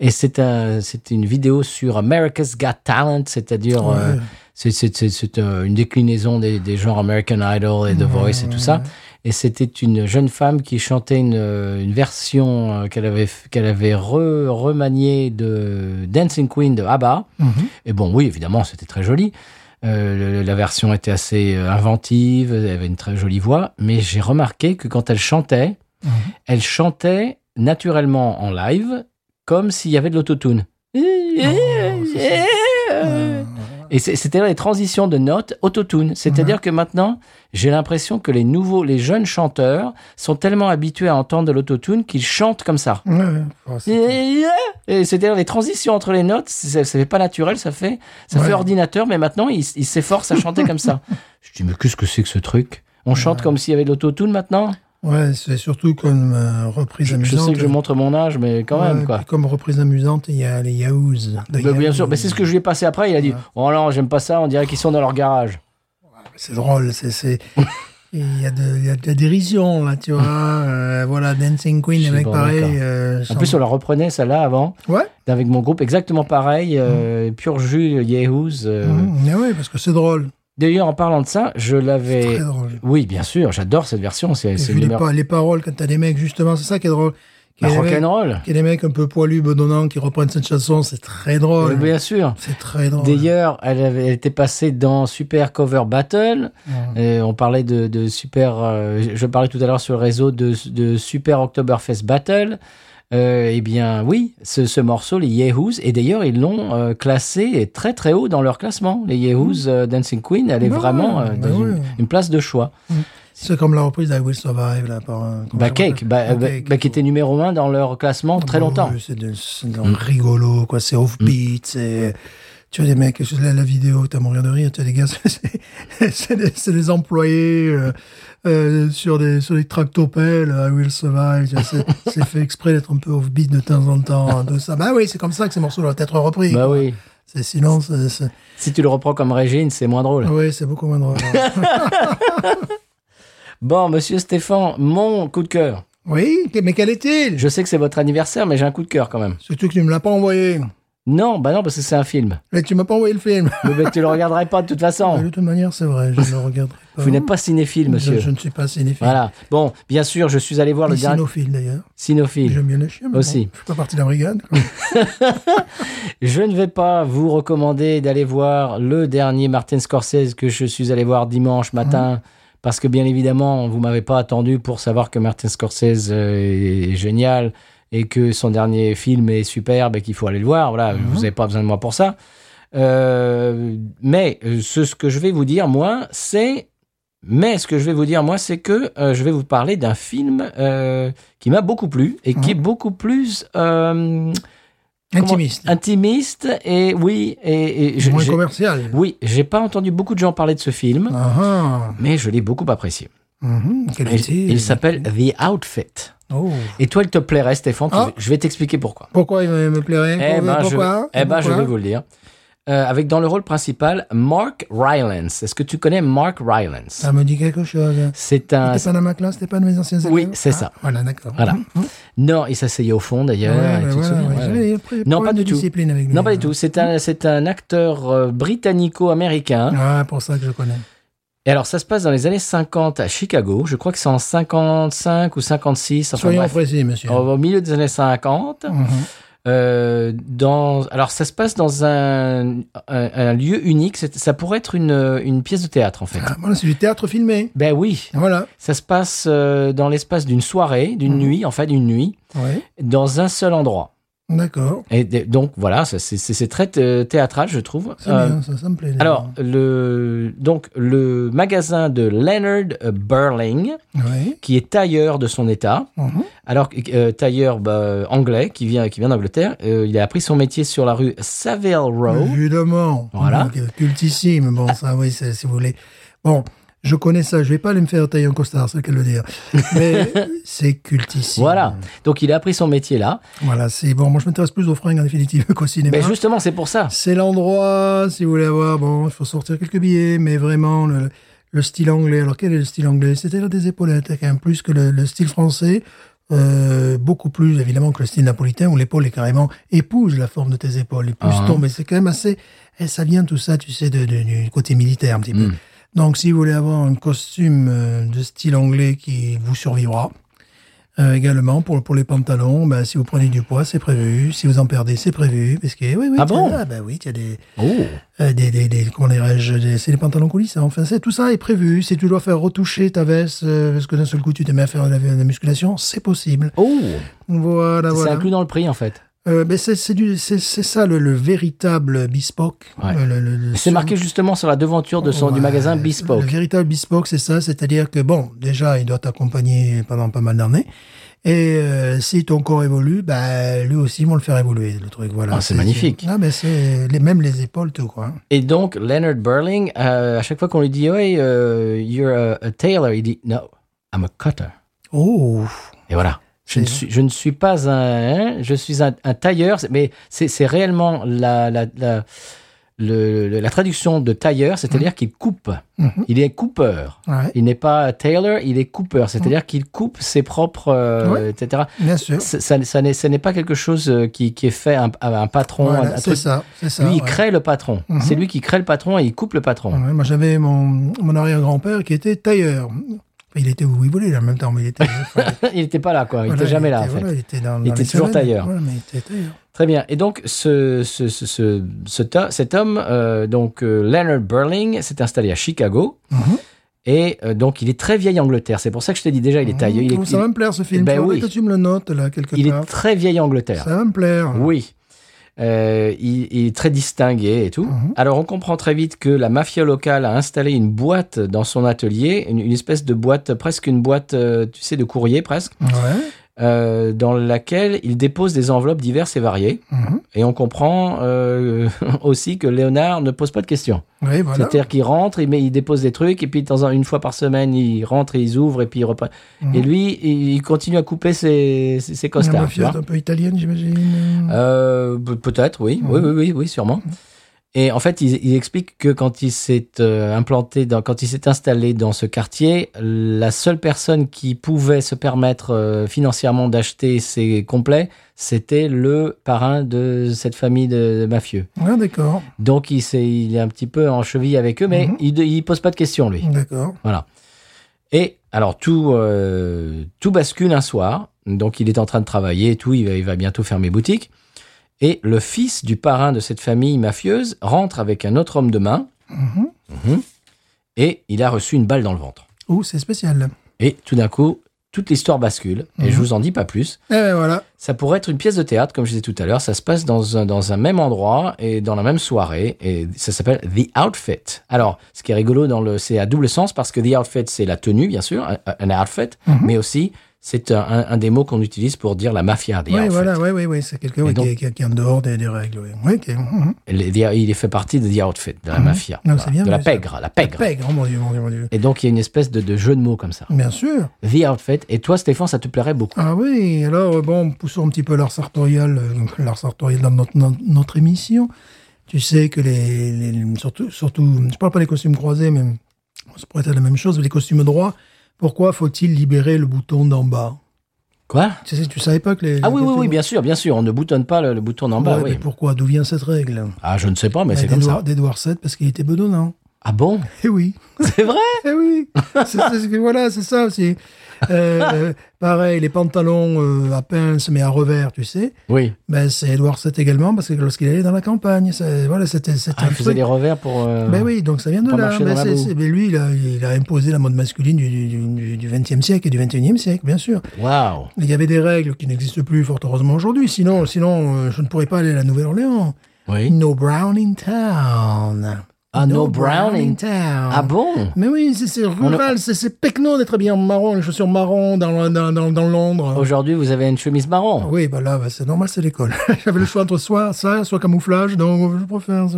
Et c'est un, c'est une vidéo sur America's Got Talent, c'est-à-dire euh, c'est- c'est c'est- c'est, euh, une déclinaison des, des genres American Idol et The Voice et tout ça. Et c'était une jeune femme qui chantait une, une version euh, qu'elle avait, f- qu'elle avait re- remaniée de Dancing Queen de ABBA. Et bon, oui, évidemment, c'était très joli. Euh, le- la version était assez euh, inventive, elle avait une très jolie voix, mais j'ai remarqué que quand elle chantait, Mhm. elle chantait naturellement en live, comme s'il y avait de l'autotune. Oh, c'est- Mm-hmm. Et c'est- c'était là les transitions de notes autotune. C'est-à-dire que maintenant, j'ai l'impression que les nouveaux, les jeunes chanteurs sont tellement habitués à entendre de l'autotune qu'ils chantent comme ça. Ouais, ouais. Oh, c'est- Et c'est-à-dire les transitions entre les notes, c'est- ça, ça fait pas naturel, ça fait ça Ouais. fait ordinateur, mais maintenant ils ils s'efforcent à chanter comme ça. Je dis mais qu'est-ce que c'est que ce truc On chante comme s'il y avait de l'autotune maintenant. Ouais, c'est surtout comme euh, reprise Je, je amusante. sais que je montre mon âge, mais quand Ouais, même quoi. puis Comme reprise amusante, il y a les Yahoos. Bah, bien sûr, mais c'est ce que je lui ai passé après. Il a dit oh non, j'aime pas ça. On dirait qu'ils sont dans leur garage. C'est drôle, c'est- c'est. Il y, a de, il y a de la dérision, là, tu vois. Euh, voilà, Dancing Queen, Je les suis mecs bon, pareils. d'accord. euh, En plus, chantent- on la reprenait celle-là avant Ouais, Mm. avec mon groupe exactement pareil, euh, pur jus Yahoos. euh. Mmh, mais ouais, parce que c'est drôle. D'ailleurs, en parlant de ça, je l'avais. Très drôle. Oui, bien sûr, j'adore cette version. C'est Et c'est puis une les, meilleure- pa- les paroles, quand t'as des mecs, justement, c'est ça qui est drôle. Qui Bah, est des mecs- rock'n'roll. qu'il y a des mecs un peu poilus, bedonnants, qui reprennent cette chanson, c'est très Euh, drôle. Bien sûr. C'est très drôle. D'ailleurs, elle, avait, elle était passée dans Super Cover Battle. Et Euh, on parlait de, de Super. euh, je parlais tout à l'heure sur le réseau de, de Super Oktoberfest Battle. Euh, eh bien, oui, ce, ce morceau, les Yahoos, et d'ailleurs, ils l'ont euh, classé très très haut dans leur classement. Les Yahoos euh, Dancing Queen, elle est Mmh. Bah vraiment ouais, euh, bah dans ouais. une, une place de choix. C'est comme la reprise d'I Will Survive, là, par. euh, comment Bah, ça Cake, s'appelle bah, Ah, bah, Cake, Ah bah bah, qui était numéro un dans leur classement très Ouais, longtemps. Mm. C'est de- c'est de- rigolo, quoi. C'est offbeat, c'est. Tu as des mecs, je- la, la vidéo, t'as à mourir de rire, tu as des gars, c'est- c'est des, c'est des employés euh, euh, sur des sur des tractopelles, I Will Survive, tu vois, c'est c'est fait exprès d'être un peu offbeat de temps en temps, hein, tout ça. Bah oui, c'est comme ça que ces morceaux doivent être repris. Bah quoi. oui. C'est sinon, c'est- c'est- Si tu le reprends comme Régine, c'est moins drôle. oui, c'est beaucoup moins drôle. Bon, monsieur Stéphane, mon coup de cœur. oui, mais quel est-il Je sais que c'est votre anniversaire, mais j'ai un coup de cœur quand même. Surtout que tu me l'as pas envoyé. Non, bah non, parce que c'est un film. Mais tu m'as pas envoyé le film. Mais bah, tu le regarderais pas de toute De façon. toute manière, c'est vrai, je ne le regarderai pas. Vous n'êtes pas cinéphile, monsieur. Je, je ne suis pas cinéphile. Voilà. Bon, bien sûr, je suis allé voir Ni le dernier Cynophile d'ailleurs. cinéphile. J'aime bien les chiens. mais Aussi. bon, je ne suis pas parti de la brigade. quoi. Je ne vais pas vous recommander d'aller voir le dernier Martin Scorsese que je suis allé voir dimanche matin. Parce que bien évidemment, vous m'avez pas attendu pour savoir que Martin Scorsese euh, est génial et que son dernier film est superbe et qu'il faut aller le voir. Voilà, vous n'avez pas besoin de moi pour ça. Euh, mais euh, ce, ce que je vais vous dire, moi, c'est. Mais ce que je vais vous dire, moi, c'est que euh, je vais vous parler d'un film euh, qui m'a beaucoup plu et qui est beaucoup plus euh, Comment- Intimiste. intimiste et oui et, et je- Moins Ah, j'ai- commercial. oui j'ai pas entendu beaucoup de gens parler de ce film Ah, mais je l'ai beaucoup apprécié ah. Mhm, Quel il, est-il il s'appelle The Outfit Oh. et toi il te plairait Stéphane tu- Ah. je vais t'expliquer pourquoi Pourquoi il me me plairait eh Pourquoi- ben, je, Pourquoi eh ben, je Pourquoi vais vous le dire Euh, avec dans le rôle principal Mark Rylance est-ce que tu connais Mark Rylance Ça me dit quelque chose. c'est un C'était pas dans ma classe, c'était pas de mes anciens élèves. Ah, Oui, c'est Ah, ça. Voilà, d'accord. Mhm. voilà non il s'asseyait au fond d'ailleurs et Hein, Ouais, tu ouais, te voilà, souviens, ouais. ouais, ouais. J'avais pris- Non, problème pas de du tout. discipline avec lui. non pas du tout c'est un c'est un acteur euh, britannico-américain Ah, pour ça que je connais. Et alors, ça se passe dans les années 50 à Chicago. Je crois que c'est en 55 ou 56. Enfin, Soyons bref. précis, monsieur. Au, au milieu des années 50. Mhm. Euh, dans, alors, ça se passe dans un, un, un lieu unique. C'est- Ça pourrait être une, une pièce de théâtre, en fait. Ah, voilà, c'est du théâtre filmé. Ben oui. Voilà. Ça se passe euh, dans l'espace d'une soirée, d'une nuit, en fait, d'une nuit, Oui. dans un seul endroit. D'accord. Et d- donc, voilà, ça, c'est- c'est c'est très thé- théâtral, je trouve. C'est Euh, bien, ça, ça me plaît. alors, le, donc, le magasin de Leonard euh, Burling, Oui. qui est tailleur de son état. Mhm. Alors, que, euh, tailleur bah, anglais qui vient, qui vient d'Angleterre, euh, il a appris son métier sur la rue Savile Row. Mhm. Évidemment. Voilà. Donc, euh, cultissime. Bon, ça, oui, c'est- si vous voulez. Bon, je connais ça. Je vais pas aller me faire tailler un costard, c'est qu'elle le dire. Mais c'est cultissime. Voilà. Donc, il a appris son métier là. Voilà, c'est bon. Moi, je m'intéresse plus aux fringues, en définitive, qu'au cinéma. Mais justement, c'est pour ça. C'est l'endroit, si vous voulez avoir, bon, il faut sortir quelques billets, mais vraiment, le, le style anglais. Alors, quel est le style anglais C'était là des épaulettes, quand même, plus que le, le style français. euh, beaucoup plus évidemment que le style napolitain où l'épaule est carrément épouse la forme de tes épaules et plus Ah. eh, tombe mais c'est quand même assez et ça vient tout ça tu sais de, de- du côté militaire un petit peu Donc, si vous voulez avoir un costume euh, de style anglais qui vous survivra, euh, également pour, pour les pantalons, ben, si vous prenez du poids, c'est prévu. Si vous en perdez, c'est prévu. Parce que, oui, oui, Ah tiens, bon ah, ben oui, il y a des, Oh euh, des, des, des- comment dirais-je, des- c'est les pantalons coulissants. Enfin, c'est tout ça est prévu. Si tu dois faire retoucher ta veste euh, parce que d'un seul coup tu te mets à faire de la, de la musculation, c'est possible. Oh Voilà, C'est voilà. inclus dans le prix en fait. Euh, ben c'est c'est du, c'est c'est ça le, le véritable bespoke. Ouais. Euh, le- le- le- C'est marqué justement sur la devanture de son, du Oh, Ouais, magasin Le Bespoke. véritable bespoke, c'est ça, c'est-à-dire que bon, déjà, il doit t'accompagner pendant pas mal d'années. Et euh, si ton corps évolue, bah, lui aussi, ils vont le faire évoluer, le truc. Voilà. Ah, c'est magnifique. Ah, mais c'est les, même les épaules, tout, quoi. Et donc, Leonard Burling, euh, à chaque fois qu'on lui dit Hey, euh, you're a, a tailor, il dit No, I'm a cutter. Oh, Et voilà. Je ne, C'est- suis, je ne suis pas un, hein, je suis un, un tailleur, c'est- mais c'est c'est réellement la, la, la, le- le- la traduction de tailleur, c'est-à-dire Mm. qu'il coupe. Mhm. Il est coupeur. ouais, Il n'est pas tailor, il est coupeur, c'est-à-dire qu'il coupe ses propres, euh, Mm. Ouais. etc. bien sûr. Ça, ça- ça n'est- ce n'est pas quelque chose euh, qui, qui est fait un, à un patron. un- Voilà, un c'est truc. ça, c'est ça. Lui, il ouais. Mm. crée le patron. Mhm. C'est lui qui crée le patron et il coupe le patron. Ouais, moi, j'avais mon, mon arrière-grand-père qui était tailleur. Il était où il voulait, là, en même temps, mais il était. voilà, il n'était pas là, quoi. Il n'était jamais là, en fait. voilà, il était dans- Il dans était les toujours semaines. tailleur. Voilà, mais il était tailleur. Très bien. Et donc, ce, ce, ce, ce- cet ho- cet homme, euh, donc euh, Leonard Burling, s'est installé à Chicago. Mhm. Et euh, donc, il est très vieille Angleterre. C'est pour ça que je t'ai dit déjà, il est tailleux. Il est, Oh, ça va me plaire ce film. Ben Tu vois, oui. que tu me le notes là quelque il- il est part. très vieille Angleterre. Ça va me plaire. Oui. Euh, il, il est très distingué et tout. Mhm. Alors, on comprend très vite que la mafia locale a installé une boîte dans son atelier, une, une espèce de boîte, presque une boîte, euh, tu sais, de courrier presque, Ouais. euh, dans laquelle il dépose des enveloppes diverses et variées. Mhm. Et on comprend euh, aussi que Léonard ne pose pas de questions. Oui, voilà. C'est-à-dire qu'il rentre, il, met, il dépose des trucs, et puis de temps en- une fois par semaine, il rentre, et ils ouvrent, et puis il reprend. Mhm. Et lui, il il continue à couper ses, ses, ses La costards. tu mafia vois. est un peu italienne, j'imagine. Euh, pe- Peut-être, oui. Mhm. oui. Oui, oui, oui, sûrement. Et en fait, il, il explique que quand il s'est euh, implanté, dans, quand il s'est installé dans ce quartier, la seule personne qui pouvait se permettre euh, financièrement d'acheter ses complets, c'était le parrain de cette famille de, de mafieux. Ah, d'accord. Donc, il, s'est- il est un petit peu en cheville avec eux, mais Mhm. il, il pose pas de questions, lui. D'accord. Et alors tout, euh, tout bascule un soir. Donc il est en train de travailler et tout, il va, il va bientôt fermer boutique. Et le fils du parrain de cette famille mafieuse rentre avec un autre homme de main Mhm. et il a reçu une balle dans le ventre. Ouh, c'est spécial. Et tout d'un coup, toute l'histoire bascule. Et Mhm. je vous en dis pas plus. Eh ben voilà. Ça pourrait être une pièce de théâtre, comme je disais tout à l'heure. Ça se passe dans un, dans un même endroit et dans la même soirée. Et ça s'appelle The Outfit. Alors, ce qui est rigolo, dans le, c'est à double sens parce que The Outfit, c'est la tenue, bien sûr, un, un outfit, Mhm. mais aussi, c'est un, un- un des mots qu'on utilise pour dire la mafia, The Oui, Outfit. voilà, oui, oui, oui. C'est quelqu'un Et oui, donc- qui, qui- qui est en dehors des, des règles. Oui, oui qui est- mhm. Le- The- il est fait partie de The Outfit, de la mafia. Non, Voilà. c'est bien, de la mais ça- pègre, la pègre. Pègre, oh, mon Dieu, mon Dieu, mon Dieu. Et donc, il y a une espèce de, de jeu de mots comme ça. Bien sûr. The Outfit. Et toi, Stéphane, ça te plairait beaucoup. Ah oui, alors euh, bon, poussons un petit peu l'art sartorial, euh, donc l'art sartorial dans notre, notre, notre émission. Tu sais que les, les- surtout, surtout, je parle pas des costumes croisés, mais ça pourrait être la même chose, mais les costumes droits. Pourquoi faut-il libérer le bouton d'en bas Quoi Tu sais, tu savais pas que les Ah les oui, oui, costumes- oui, bien sûr, bien sûr. On ne boutonne pas le, le bouton en bas, Ouais, oui. mais pourquoi D'où vient cette règle Ah, je ne sais pas, mais Bah, c'est comme d'Edouard- ça. D'Edouard VII parce qu'il était bedonnant. Ah bon Eh oui. C'est vrai Eh oui, c'est c'est ce que- voilà, c'est ça aussi. Euh, pareil, les pantalons euh, à pince mais à revers, tu sais. Oui. Ben, c'est Edouard VII également, parce que lorsqu'il allait dans la campagne, ça- voilà, c'était c'était Ah, un il faisait truc. des revers pour. euh, Ben oui, donc ça vient de Pour là. marcher Ben, dans la c'est- boue. c'est- ben, lui, il a, il a imposé la mode masculine du, du, du- du XXe siècle et du XXIe siècle, bien sûr. Waouh Il y avait des règles qui n'existent plus, fort heureusement, aujourd'hui. Sinon, sinon euh, je ne pourrais pas aller à la Nouvelle-Orléans. Oui. No brown in town. Ah, no brown in- town. Ah bon Mais oui, c'est- c'est rural, c'est c'est pecno d'être habillé en marron, les chaussures marron dans, dans, dans, dans Londres. Aujourd'hui, vous avez une chemise marron. Oui, bah là, bah, c'est normal, c'est l'école. J'avais le choix entre soit ça, soit camouflage, donc euh, je préfère. ça.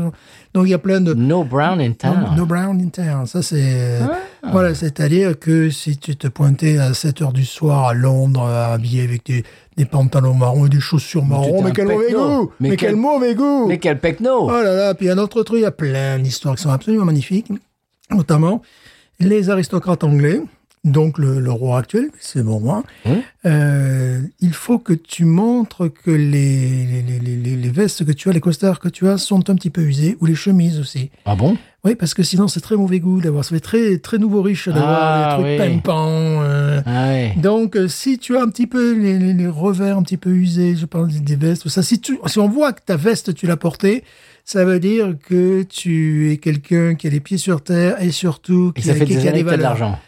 Donc il y a plein de. No brown in town. No, no brown in town. Ça, c'est. Ah. Voilà, c'est-à-dire que si tu te pointais à 7 h du soir à Londres, euh, habillé avec des, des pantalons marrons et des chaussures marron, t'es mais un quel mauvais pecno. goût Mais Mais quel quel- mauvais goût Mais quel pecno Oh là là, puis un autre truc, il y a plein d'histoires qui sont absolument magnifiques, notamment les aristocrates anglais donc le, le roi actuel, c'est mon roi, Mmh. euh, il faut que tu montres que les, les, les- les- les vestes que tu as, les costards que tu as sont un petit peu usés, ou les chemises aussi. Ah bon Oui, parce que sinon c'est très mauvais goût d'avoir, ça fait très, très nouveau riche d'avoir Ah, des trucs oui. pimpants. euh. ah, ouais. Donc euh, si tu as un petit peu les, les- les revers un petit peu usés, je parle des- des vestes, tout ça, si, tu, si on voit que ta veste tu l'as portée, ça veut dire que tu es quelqu'un qui a les pieds sur terre et surtout Et qui, ça a- fait qui- des qui a années des que t'as de valeurs. l'argent.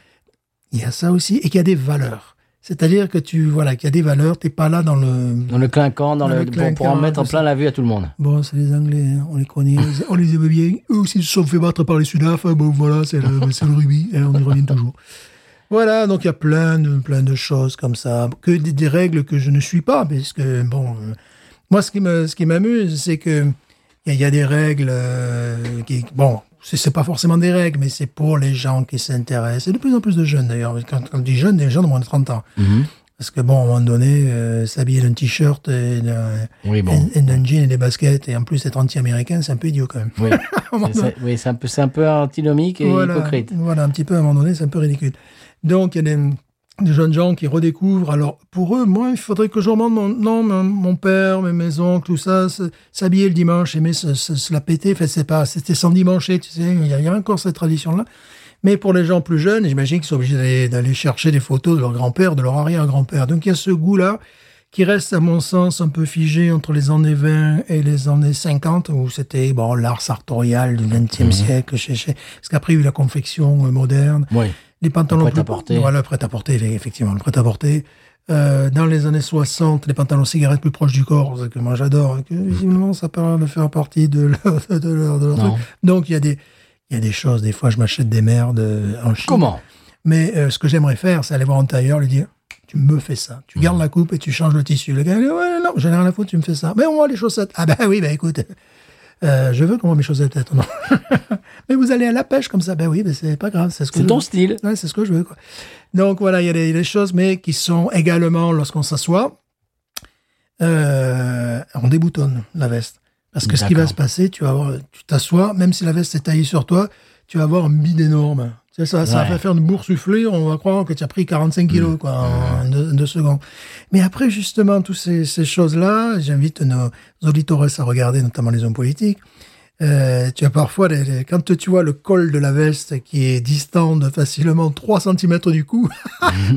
Il y a ça aussi, et qu'il y a des valeurs. C'est-à-dire que tu, voilà, qu'il y a des valeurs, t'es pas là dans le... Dans le clinquant, dans, Dans le, le pour- pour, clinquant, en mettre tout plein la vue à tout le monde. Bon, c'est les Anglais, hein, on les connaît, on les aime bien. Eux aussi se sont fait battre par les Sudaf, hein, bon voilà, c'est le, c'est le rugby, hein, on y revient toujours. Voilà, donc il y a plein de, plein de choses comme ça, que des, des règles que je ne suis pas, parce que, bon, euh, moi ce qui me- ce qui m'amuse, c'est que il y, a- il y a des règles euh, qui, bon, c'est c'est pas forcément des règles, mais c'est pour les gens qui s'intéressent, et de plus en plus de jeunes d'ailleurs, quand, quand je dis jeunes, des gens de moins de 30 ans. Parce que bon, à un moment donné, euh, s'habiller d'un t-shirt et d'un Oui, bon. et, et d'un jean et des baskets, et en plus être anti-américain, c'est un peu idiot quand même. Oui, C'est- c'est oui, c'est un, peu- c'est un peu antinomique et Oh voilà, hypocrite. voilà, un petit peu à un moment donné, c'est un peu ridicule. Donc il y a des, des jeunes gens qui redécouvrent. Alors pour eux, moi, il faudrait que je remonte mon, non, mon, mon père, mes, mes oncles, tout ça, se- s'habiller le dimanche, aimer se, se, se la péter. Enfin, c'est pas, c'était sans dimancher, tu sais, il y, a- il y a encore cette tradition-là. Mais pour les gens plus jeunes, j'imagine qu'ils sont obligés d'aller- d'aller chercher des photos de leur grand-père, de leur arrière-grand-père. Donc il y a ce goût-là qui reste, à mon sens, un peu figé entre les années 20 et les années 50, où c'était bon l'art sartorial du Mhm. 20e siècle, chez, chez- parce qu'après, il y a eu la confection euh, moderne, Oui. les pantalons Le plus- prêt-à-porter. Voilà, le prêt-à-porter, les- effectivement, le prêt-à-porter. Euh, dans les années 60, les pantalons cigarettes plus proches du corps, ce que moi j'adore, et que visiblement ça parle de faire partie de leur, de leur- de leur Non. truc. Donc il y a des il y a des choses, des fois je m'achète des merdes euh, en Chine. Comment Mais euh, ce que j'aimerais faire, c'est aller voir un tailleur, lui dire Tu me fais ça. Tu Hmm. gardes la coupe et tu changes le tissu. Le gars, il dit Ouais, non, j'en ai rien à foutre, tu me fais ça. Mais on voit les chaussettes. Ah, ben oui, ben écoute, euh, je veux qu'on voit mes chaussettes, peut-être. non. mais vous allez à la pêche comme ça. Ben oui, mais c'est pas grave. C'est ce que C'est je ton veux. style. Ouais, c'est ce que je veux. Quoi. Donc voilà, il y a des, des choses, mais qui sont également, lorsqu'on s'assoit, euh, on déboutonne la veste. Parce que ce qui va D'accord. se passer, tu vas avoir, tu t'assois, même si la veste est taillée sur toi, tu vas avoir un bide énorme. Tu sais, ça, ça Ouais. Mm. va faire une boursouflée, on va croire que tu as pris 45 kilos quoi, en deux, deux secondes. Mais après, justement, toutes ces, ces choses-là, j'invite nos auditeurs à regarder, notamment les hommes politiques, euh, tu as parfois, les- les- quand tu vois le col de la veste qui est distant de facilement 3 cm du cou, Mhm.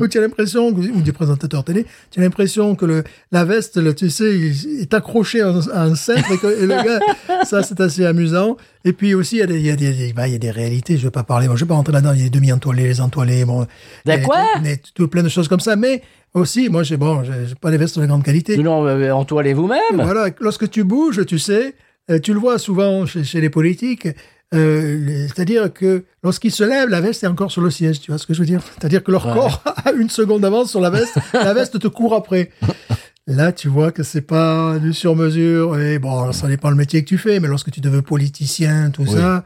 où tu as l'impression, que- ou des présentateurs télé, tu as l'impression que le, la veste, le- tu sais, il- est accrochée à un, à un cintre. Et, que- et le gars, ça, c'est assez amusant. Et puis aussi, il y a des, il y a des, des- bah, il y a des réalités, je ne vais pas parler, bon, je ne vais pas rentrer là-dedans, il y a les demi-entoilés, les entoilés, bon. Des et- quoi et tout plein de choses comme ça. Mais aussi, moi, j'ai bon, j'ai j'ai pas des vestes de grande qualité. Non, euh, entoilez vous-même. Voilà, lorsque tu bouges, tu sais, euh, tu le vois souvent chez, chez les politiques, euh, les- c'est-à-dire que lorsqu'ils se lèvent, la veste est encore sur le siège, tu vois ce que je veux dire C'est-à-dire que leur Ouais. corps a une seconde d'avance sur la veste, la veste te court après. Là, tu vois que c'est pas du sur-mesure, et bon, alors, ça dépend le métier que tu fais, mais lorsque tu deviens politicien, tout Oui. ça,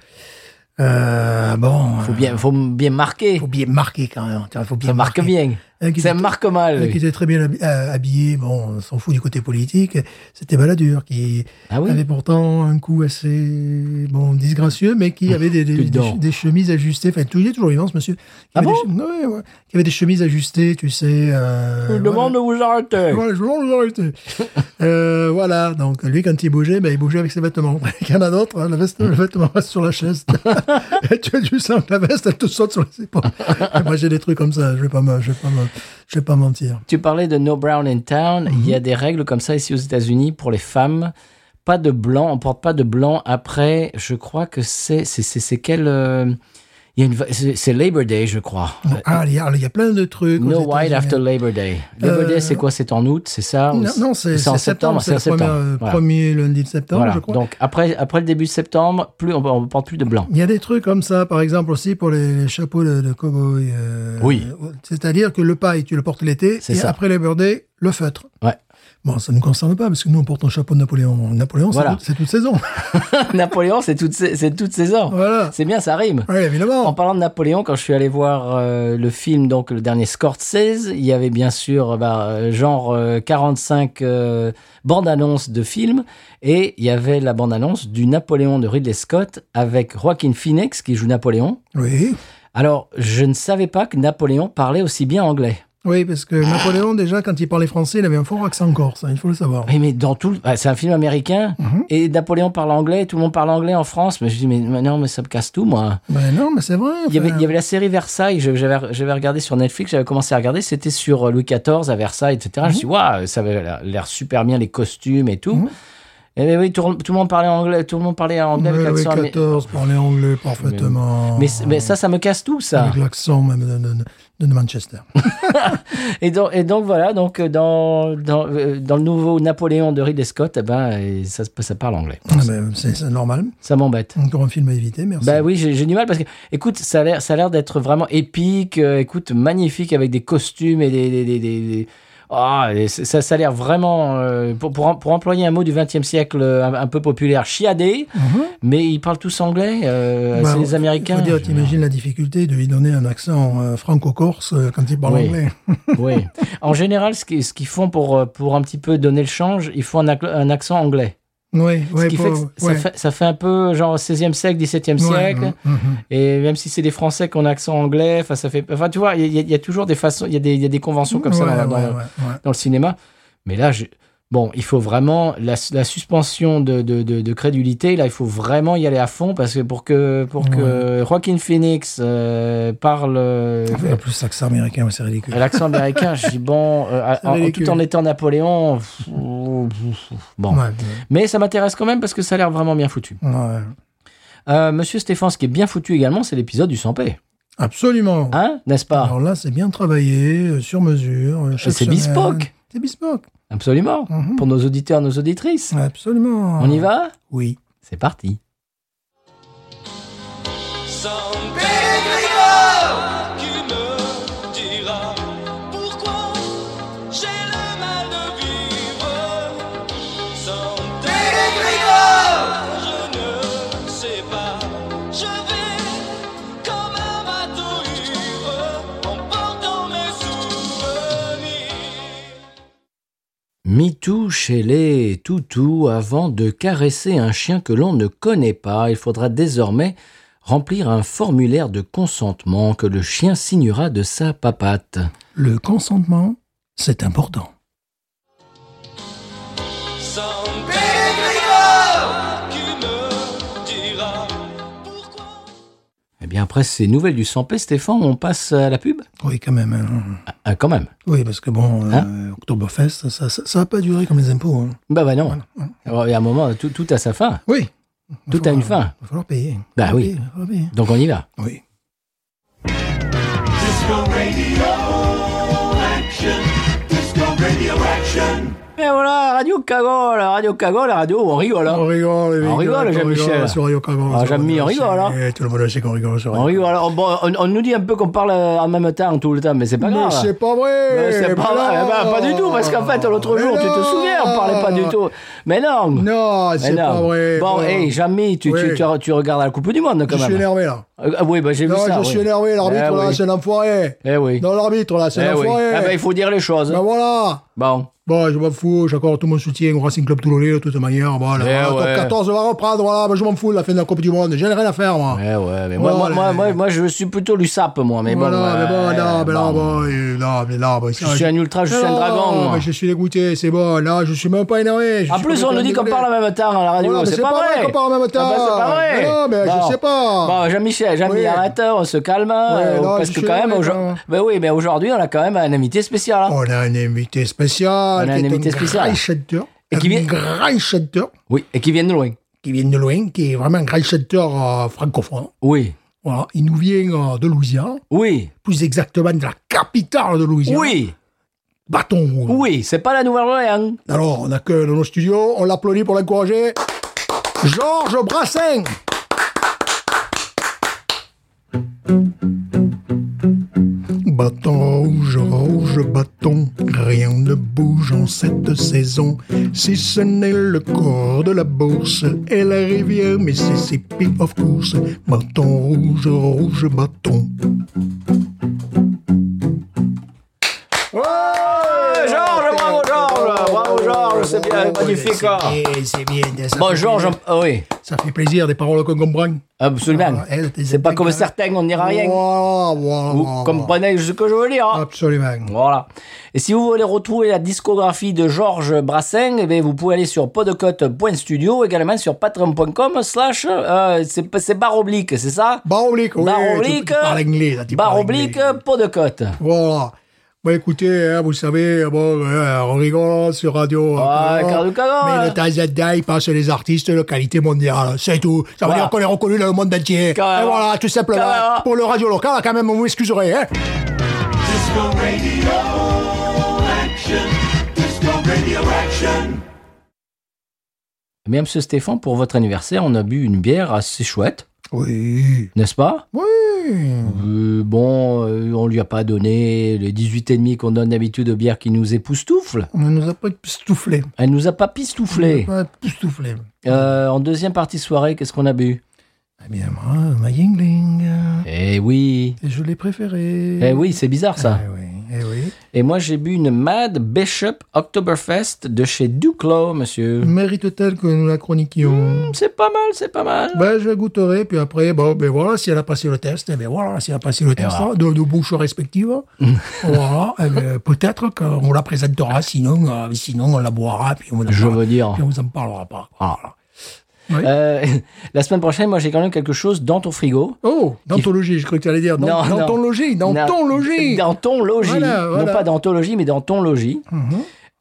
euh, bon, Faut bien, faut bien marquer. faut bien marquer quand même, tu vois, faut bien Ça marque marquer. bien. Un qui Ça dit- marque mal. euh, qui oui. était très bien habi- euh, habillé, bon, on s'en fout du côté politique, c'était Balladur, qui Ah oui avait pourtant un coup assez, bon, disgracieux, mais qui avait des, des, Tout dedans. des- des chemises ajustées, enfin, tout, il est toujours vivant, ce monsieur. Qui Ah avait bon des, che- ouais, ouais. Qui avait des chemises ajustées, tu sais. euh, Je vous voilà. demande de vous arrêter. Voilà, je vous demande de vous arrêter. Euh, voilà, donc lui, quand il bougeait, ben, il bougeait avec ses vêtements. Il y en a d'autres, hein, la veste, le vêtement reste sur la chaise. Et tu as du sang, la veste, elle te saute sur les épaules. Et moi, j'ai des trucs comme ça, je vais pas me- je vais pas me- je vais pas mentir. Tu parlais de No Brown in Town. Il Mhm. y a des règles comme ça ici aux États-Unis pour les femmes. Pas de blanc, on porte pas de blanc après. Je crois que c'est c'est c'est c'est quel euh, il y a une va- c'est c'est Labor Day, je crois. Euh, Ah, il y, a- il y a plein de trucs. aux No white États-Unis. after Labor Day. Labor Euh, Day, c'est quoi C'est en août, c'est ça Ou Non, non, c'est c'est en septembre, c'est en le premier, euh, Voilà. premier lundi de septembre, Voilà. je crois. Donc après après le début de septembre, plus on, on porte plus de blanc. il y a des trucs comme ça, par exemple aussi pour les, les chapeaux de, de cow-boy. euh, Oui. euh, C'est-à-dire que le paille, tu le portes l'été, C'est et ça. après les Day, le feutre. Ouais. Bon, ça ne nous concerne pas, parce que nous, on porte un chapeau de Napoléon. Napoléon, c'est Voilà. tout- c'est toute saison. Napoléon, c'est toutes ces- c'est toutes ces heures. voilà. C'est bien, ça rime. Oui, évidemment. En parlant de Napoléon, quand je suis allé voir euh, le film, donc le dernier Scorsese, il y avait bien sûr euh, bah, euh, genre euh, 45 euh, bandes annonces de films et il y avait la bande annonce du Napoléon de Ridley Scott avec Joaquin Phoenix qui joue Napoléon, Oui. Alors, je ne savais pas que Napoléon parlait aussi bien anglais. Oui, parce que Napoléon, déjà, quand il parlait français, il avait un fort accent corse, hein, il faut le savoir. Oui, mais dans tout, le- ah, c'est un film américain et Napoléon parle anglais, tout le monde parle anglais en France. Mais je dis mais, mais non, mais ça me casse tout moi. Ben non, mais c'est vrai. Il y, avait, enfin, il y avait la série Versailles, je- j'avais j'avais regardé sur Netflix, j'avais commencé à regarder, c'était sur euh, Louis XIV à Versailles, etc. Je me suis dit, waouh, ça avait l'air- l'air super bien, les costumes et tout. Et mais oui, tout, tout le monde parlait anglais, tout le monde parlait anglais avec Louis l'accent amé- XIV parlait anglais parfaitement. Mais, c- mais ça, ça me casse tout, ça. Avec l'accent même de, de- de- de Manchester. Et donc, et donc voilà, donc euh, dans, dans, euh, dans le nouveau Napoléon de Ridley Scott, eh ben, euh, ça, ça parle anglais. Ah ben, c'est c'est normal. Ça m'embête. Encore un film à éviter, merci. Bah oui, j'ai j'ai du mal parce que, écoute, ça a l'air, ça a l'air d'être vraiment épique, euh, écoute, magnifique avec des costumes et des. des, des- des- des- Ah, et c'est- ça, ça a l'air vraiment, euh, pour, pour, em- pour employer un mot du XXe siècle euh, un, un peu populaire, chiadé, mais ils parlent tous anglais, euh, Bah, c'est les Américains. Mhm. Faut dire, Je- t'imagines la difficulté de lui donner un accent euh, franco-corse euh, quand il parle Oui. anglais. Oui. En général, ce qu'ils ce qu'ils font pour, euh, pour un petit peu donner le change, ils font un, ac- un accent anglais. Oui, Ce oui, qui faut- fait que ça, ouais. fait, ça fait un peu genre 16e siècle, 17e Ouais, siècle. mm, mm, Et même si c'est des Français qui ont un accent anglais, enfin, ça fait. Enfin, tu vois, il y a- il y, a- il y a toujours des façons, il y, a des- il y a des conventions comme ça ouais, dans, dans- ouais, ouais, ouais. dans le cinéma. Mais là, je- bon, il faut vraiment la, la suspension de, de, de- de crédulité. Là, il faut vraiment y aller à fond parce que pour que pour que Joaquin Phoenix euh, parle euh, Enfin, en plus, l'accent américain, ouais, c'est ridicule. à l'accent américain, je dis bon, euh, à- C'est en- ridicule. tout en étant Napoléon, pff, bon. Ouais, Mais ça m'intéresse quand même parce que ça a l'air vraiment bien foutu. ouais. Euh, Monsieur Stéphane, ce qui est bien foutu également, c'est l'épisode du 100 p Absolument. Hein, n'est-ce pas Alors là, c'est bien travaillé, euh, sur mesure. euh, chaque Ah, C'est semaine. bespoke. C'est bespoke. Absolument. Mhm. Pour nos auditeurs, nos auditrices. Absolument. On y va Oui. C'est parti. Sans Grégoire qui me dira pourquoi j'ai le mal de vivre. Sans Grégoire, je ne sais pas. Je vais comme un bateau ivre en portant mes souvenirs. Mitou chez les toutous, avant de caresser un chien que l'on ne connaît pas, il faudra désormais remplir un formulaire de consentement que le chien signera de sa papate. Le consentement, c'est important. Sans Grégoire qui me dira pourquoi. Eh bien, après ces nouvelles du 100p, Stéphane, on passe à la pub Oui, quand même. hein. Ah, ah, quand même. Oui, parce que bon, euh, Hein? Oktoberfest, ça, ça, ça a pas duré comme les impôts. hein. Bah, bah non. Alors, Il y a un moment, tout, tout a sa fin. Oui. Tout a une fin. Il va falloir payer. Bah Il va oui. payer, il va falloir payer. Donc on y va. Oui. Et voilà, Radio Cagole, Radio Cagole, la radio, où on rigole. hein. On rigole, les On mecs, rigole, Ah, on Jean-Michel. rigole Sur Radio Cagole, Ah, sur Jean-Mi, Radio on rigole, hein. Cagole. Eh, Tout le monde sait qu'on rigole sur On Radio rigole. alors, bon, on, on nous dit un peu qu'on parle euh, en même temps tout le temps, mais c'est pas Mais grave. c'est pas vrai Mais c'est pas vrai. Eh ben, pas du tout, parce qu'en fait, l'autre Mais jour, tu te non. souviens, on parlait pas du tout. Mais non Non, Mais c'est non. pas vrai. Bon, Bon. hey, Jamy, tu, tu, Oui. tu, tu regardes la Coupe du Monde quand Je suis même. énervé, là. Euh, ah oui, bah, j'ai vu Non, ça. je oui. suis énervé, l'arbitre, Eh là, oui. c'est l'enfoiré. Eh oui. Non, l'arbitre, là, c'est Eh oui. l'enfoiré. Ah ben, il faut dire les choses. Ben voilà Bon. Bon, je m'en fous, j'accorde tout mon soutien au Racing Club Toulonnais, de toute manière. Bon, Eh là, ouais. top 14 va reprendre, voilà, ben, je m'en fous de la fin de la Coupe du Monde, j'ai rien à faire, moi. Eh ouais, mais moi, Oh, moi, les- moi, moi, moi, je suis plutôt l'USAP, moi. Mais voilà, bon. mais euh, bon, non, mais là, bon. bon, euh, non, mais là, bon, Je suis un ultra, je suis un dragon. moi. mais je suis dégoûté, c'est bon, là, je suis même pas énervé. je En suis plus, on complètement nous dit qu'on dégoûté. parle en même temps à la radio. Voilà, mais c'est pas, vrai. qu'on parle en même temps. Ah bah, c'est pas vrai. Mais non, mais je sais pas. Bon, Jean-Michel, Jean-Michel, Oui. arrête, on se calme. euh, non, parce je que suis hein. quand même, d'accord. aujourd'hui, ben oui, mais aujourd'hui, on a quand même un invité spécial. hein. On a un invité spécial. On a un qui est invité spécial. Grand chanteur. Et qui vient- Un grand chanteur Oui, et qui vient de loin. qui vient de loin, qui est vraiment un grand chanteur euh, francophone. Oui, Voilà, il nous vient euh, de Louisiane, oui, plus exactement de la capitale de Louisiane. oui, Bâton Rouge. oui, c'est pas la Nouvelle-Orléans. hein. Alors, on accueille dans nos studios, on l'applaudit pour l'encourager. Georges Brassens Bâton rouge, rouge, bâton, rien ne bouge en cette saison, si ce n'est le corps de la bourse et la rivière Mississippi of course. Bâton rouge, rouge, bâton. Ouais, Euh, Georges, bravo, Georges, bravo, Georges, oh, c'est bien, magnifique, hein. Oh, C'est bien, c'est bien. ça Bon, fait Georges, plaisir. ah oui. Ça fait plaisir, des paroles qu'on comprend. Ah Absolument. Ah, elle, Oh. c'est pas comme certains, on n'ira rien. Wow, wow, Vous wow, wow. comprenez ce que je veux dire Ah, hein Absolument. Voilà. Et si vous voulez retrouver la discographie de Georges Brassens, eh bien, vous pouvez aller sur podcote.studio, également sur patreon.com slash, euh, c'est c'est barre oblique, c'est ça Barre oblique, oui. Barre tu- oblique, tu parles anglais, là, tu barre parles oblique, anglais. podcote. Voilà. Bon, écoutez, hein, vous savez, bon, euh, on rigole sur Radio. Ah, euh, Cardo Canon, Mais hein. le Tazada, il passe les artistes de qualité mondiale. C'est tout. Ça veut Voilà. dire qu'on est reconnu dans le monde entier. Carrément. Et voilà, tout simplement. Carrément. Pour le radio local, quand même, vous m'excuserez. Hein. Disco radio action. Disco radio action. Mais monsieur Stéphane, pour votre anniversaire, on a bu une bière assez chouette, Oui. n'est-ce pas Oui. Euh, Bon, euh, on lui a pas donné les 18,5 qu'on donne d'habitude aux bières qui nous époustouflent. On ne nous a pas stoufflé. Elle nous a pas pistouflé. Pas stoufflé. Euh, en deuxième partie de soirée, qu'est-ce qu'on a bu Eh bien, moi, ma Yingling. Eh oui Et je l'ai préféré. Eh oui, c'est bizarre ça. Eh oui. Eh oui. Et moi, j'ai bu une Mad Bishop Oktoberfest de chez Duclos, monsieur. Mm. Mérite-t-elle que nous la chroniquions C'est pas mal, c'est pas mal. Ben, je la goûterai, puis après, bon, ben voilà, si elle a passé le test, eh ben voilà, si elle a passé le test hein, de, de bouche respective, voilà, eh ben, peut-être qu'on la présentera, sinon, euh, sinon on la boira, puis on en Je parlera- veux dire. Ah. puis on vous en parlera pas. Voilà. Euh, la semaine prochaine, moi, j'ai quand même quelque chose dans ton frigo. Oh, dans ton logis, je crois que tu allais dire, dans, Non, dans non. ton logis, dans Non, ton logis Dans ton logis. Voilà, voilà. Non pas dans ton logis, mais dans ton logis. Mhm.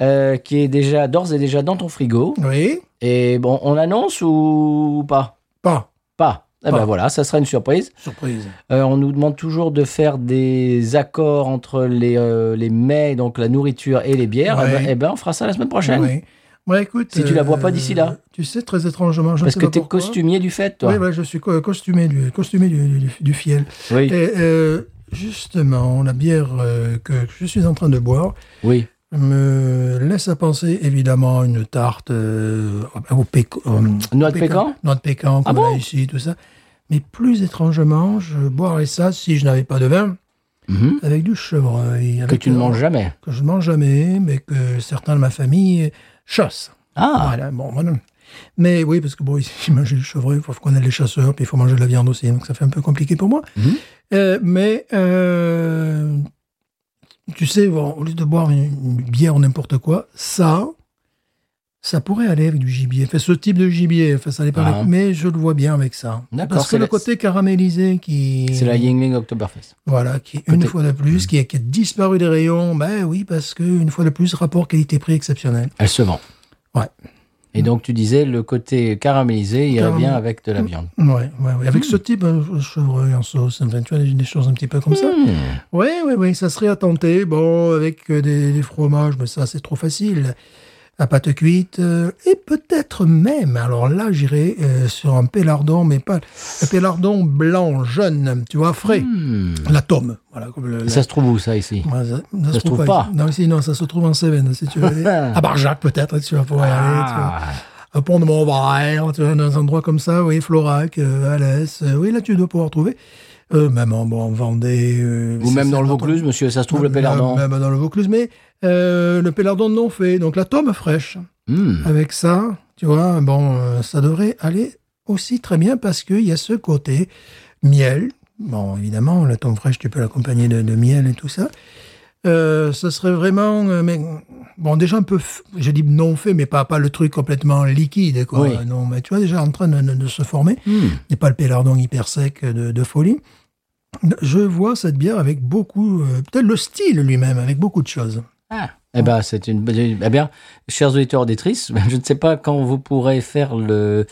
euh, qui est déjà, d'ores et déjà dans ton frigo. Oui, Et bon, on l'annonce ou pas pas, Pas. Eh Pas. ben voilà, ça sera une surprise. surprise. Euh, on nous demande toujours de faire des accords entre les, euh, les mets, donc la nourriture et les bières. Ouais. Eh, ben, eh ben, on fera ça la semaine prochaine. Oui. Bon, écoute, euh, Si tu la vois pas d'ici là. Tu sais, très étrangement, je ne Parce sais que pas t'es pourquoi. costumier du fait, toi. Oui, ouais, je suis co- costumé du, costumé du, du, du fiel. Oui, Et euh, justement, la bière euh, que je suis en train de boire oui. me laisse à penser évidemment à une tarte euh, au péc- euh, Noix de au pécan noix de pécan qu'on Ah bon a ici, tout ça. Mais plus étrangement, je boirais ça si je n'avais pas de vin Mhm. avec du chevreuil. Que avec euh, tu ne un- manges jamais. Que je ne mange jamais, mais que certains de ma famille chassent. Ah, Voilà, bon, voilà. Mais oui, parce que bon, ici, manger le chevreuil, il faut qu'on ait les chasseurs, puis il faut manger de la viande aussi, donc ça fait un peu compliqué pour moi. Mhm. Euh, mais, euh, tu sais, bon, au lieu de boire une, une bière ou n'importe quoi, ça, ça pourrait aller avec du gibier. Enfin, ce type de gibier, enfin, ça n'est pas Ah. avec- mais je le vois bien avec ça. D'accord, Parce que c'est le la- côté caramélisé qui. c'est la Yingling Oktoberfest. Voilà, qui une Côté- Mhm. fois de plus, qui a, qui a disparu des rayons, ben oui, parce que une fois de plus, rapport qualité-prix exceptionnel. Elle se vend. Ouais. Et donc, tu disais, le côté caramélisé irait Caram- bien avec de la viande. Ouais, ouais, ouais. Avec Hmm. ce type, euh, chevreuil en sauce, enfin, tu vois, des, des choses un petit peu comme ça. Hmm. Oui, oui, oui, ça serait à tenter. Bon, avec euh, des, des fromages, mais ça, c'est trop facile. À pâte cuite, euh, et peut-être même, alors là, j'irai euh, sur un pélardon, mais pas un pélardon blanc, jeune, tu vois, frais. La tome. Voilà, comme le- la- Hmm. Ça se trouve où, ça, ici Ouais, ça, ça se trouve pas. Non, si, non, ça se trouve en Cévennes, si tu veux aller. à Barjac, peut-être, hein, tu vas pouvoir y aller. tu vois Ah. au pont de Montbraille, tu vois, dans des endroits comme ça, oui, Florac, euh, Alès, euh, oui, là tu dois pouvoir trouver. Euh, même en, bon, en Vendée. euh, Ou ça, même c'est dans le pas Vaucluse, trop- monsieur, ça se trouve le Même- Pélardon. Même dans le Vaucluse, mais euh, le Pélardon non fait. Donc la tome fraîche, Hmm. avec ça, tu vois, bon, euh, ça devrait aller aussi très bien parce qu'il y a ce côté miel. Bon, évidemment, la tome fraîche, tu peux l'accompagner de, de miel et tout ça. Euh, ce serait vraiment, euh, mais bon, déjà un peu, f- je dis non fait, mais pas pas le truc complètement liquide, quoi. Oui. Non, mais tu vois déjà en train de, de- de se former, et pas le pélardon hyper sec de, de folie. Je vois cette bière avec beaucoup, euh, peut-être le style lui-même, avec beaucoup de choses. Ah. Eh ben, c'est une. Eh bien, chers auditeurs auditrices, je ne sais pas quand vous pourrez faire le.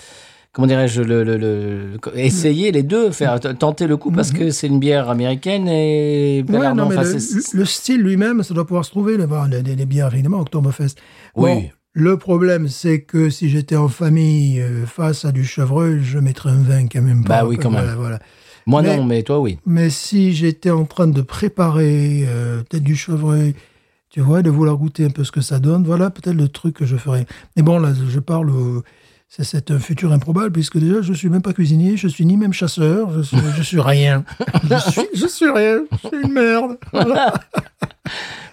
Comment dirais-je le, le- le- essayer les deux, faire t- tenter le coup parce que c'est une bière américaine et Mhm. Ouais, Pélardon, non, mais enfin, le, c'est- le style lui-même, ça doit pouvoir se trouver. là-bas, des, des- des bières, évidemment, Oktoberfest. Oui. le problème, c'est que si j'étais en famille euh, face à du chevreuil, je mettrais un vin quand même. Bah pas- oui, quand voilà, même. voilà. moi mais- non, mais toi oui. Mais si j'étais en train de préparer euh, peut-être du chevreuil, tu vois, de vouloir goûter un peu ce que ça donne, voilà peut-être le truc que je ferais. Mais bon, là, je parle au- C'est c'est un futur improbable puisque déjà je suis même pas cuisinier, je suis ni même chasseur, je suis, je suis rien. je, suis, je suis rien, je suis une merde. Voilà.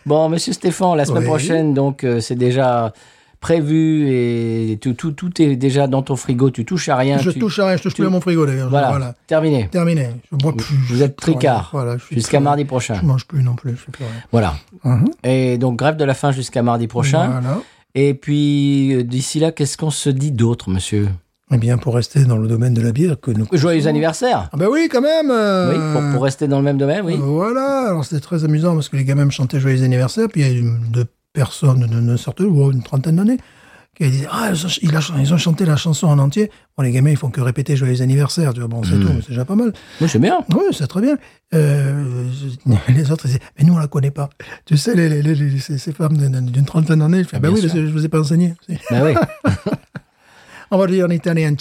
Bon, monsieur Stéphane, la semaine Oui. prochaine, donc, euh, c'est déjà prévu et tout, tout, tout est déjà dans ton frigo. Tu touches à rien. Je tu- touche à rien, je touche tu- plus à mon frigo d'ailleurs. Voilà, Voilà. terminé. Terminé. Je bois plus. Vous êtes Plus rien. tricard Voilà, je suis jusqu'à plus- mardi prochain. Je mange plus non plus. Je fais plus rien. Voilà. Mhm. Et donc grève de la faim jusqu'à mardi prochain. Voilà. Et puis euh, d'ici là, qu'est-ce qu'on se dit d'autre, monsieur Eh bien, pour rester dans le domaine de la bière que nous. Joyeux anniversaire. Ah ben oui, quand même. euh, Oui, pour, pour rester dans le même domaine, oui. Voilà. Alors c'était très amusant parce que les gamins me chantaient joyeux anniversaire, puis il y a eu deux personnes d'une sorte une trentaine d'années qui disaient ah ils ont, ch- il a ch- ils ont chanté la chanson en entier. Bon, les gamins ils font que répéter joyeux anniversaire, tu vois. Bon, c'est Hmm. tout, c'est déjà pas mal. Oui, c'est bien. Oui, c'est très bien. Euh, je- les autres ils disaient mais nous on la connaît pas. Tu sais les, les- les- les- ces, ces femmes d'une- d'une trentaine d'années, je fais ben Ah, bien oui, sûr. parce que je vous ai pas enseigné. Ben oui. On va dire en italien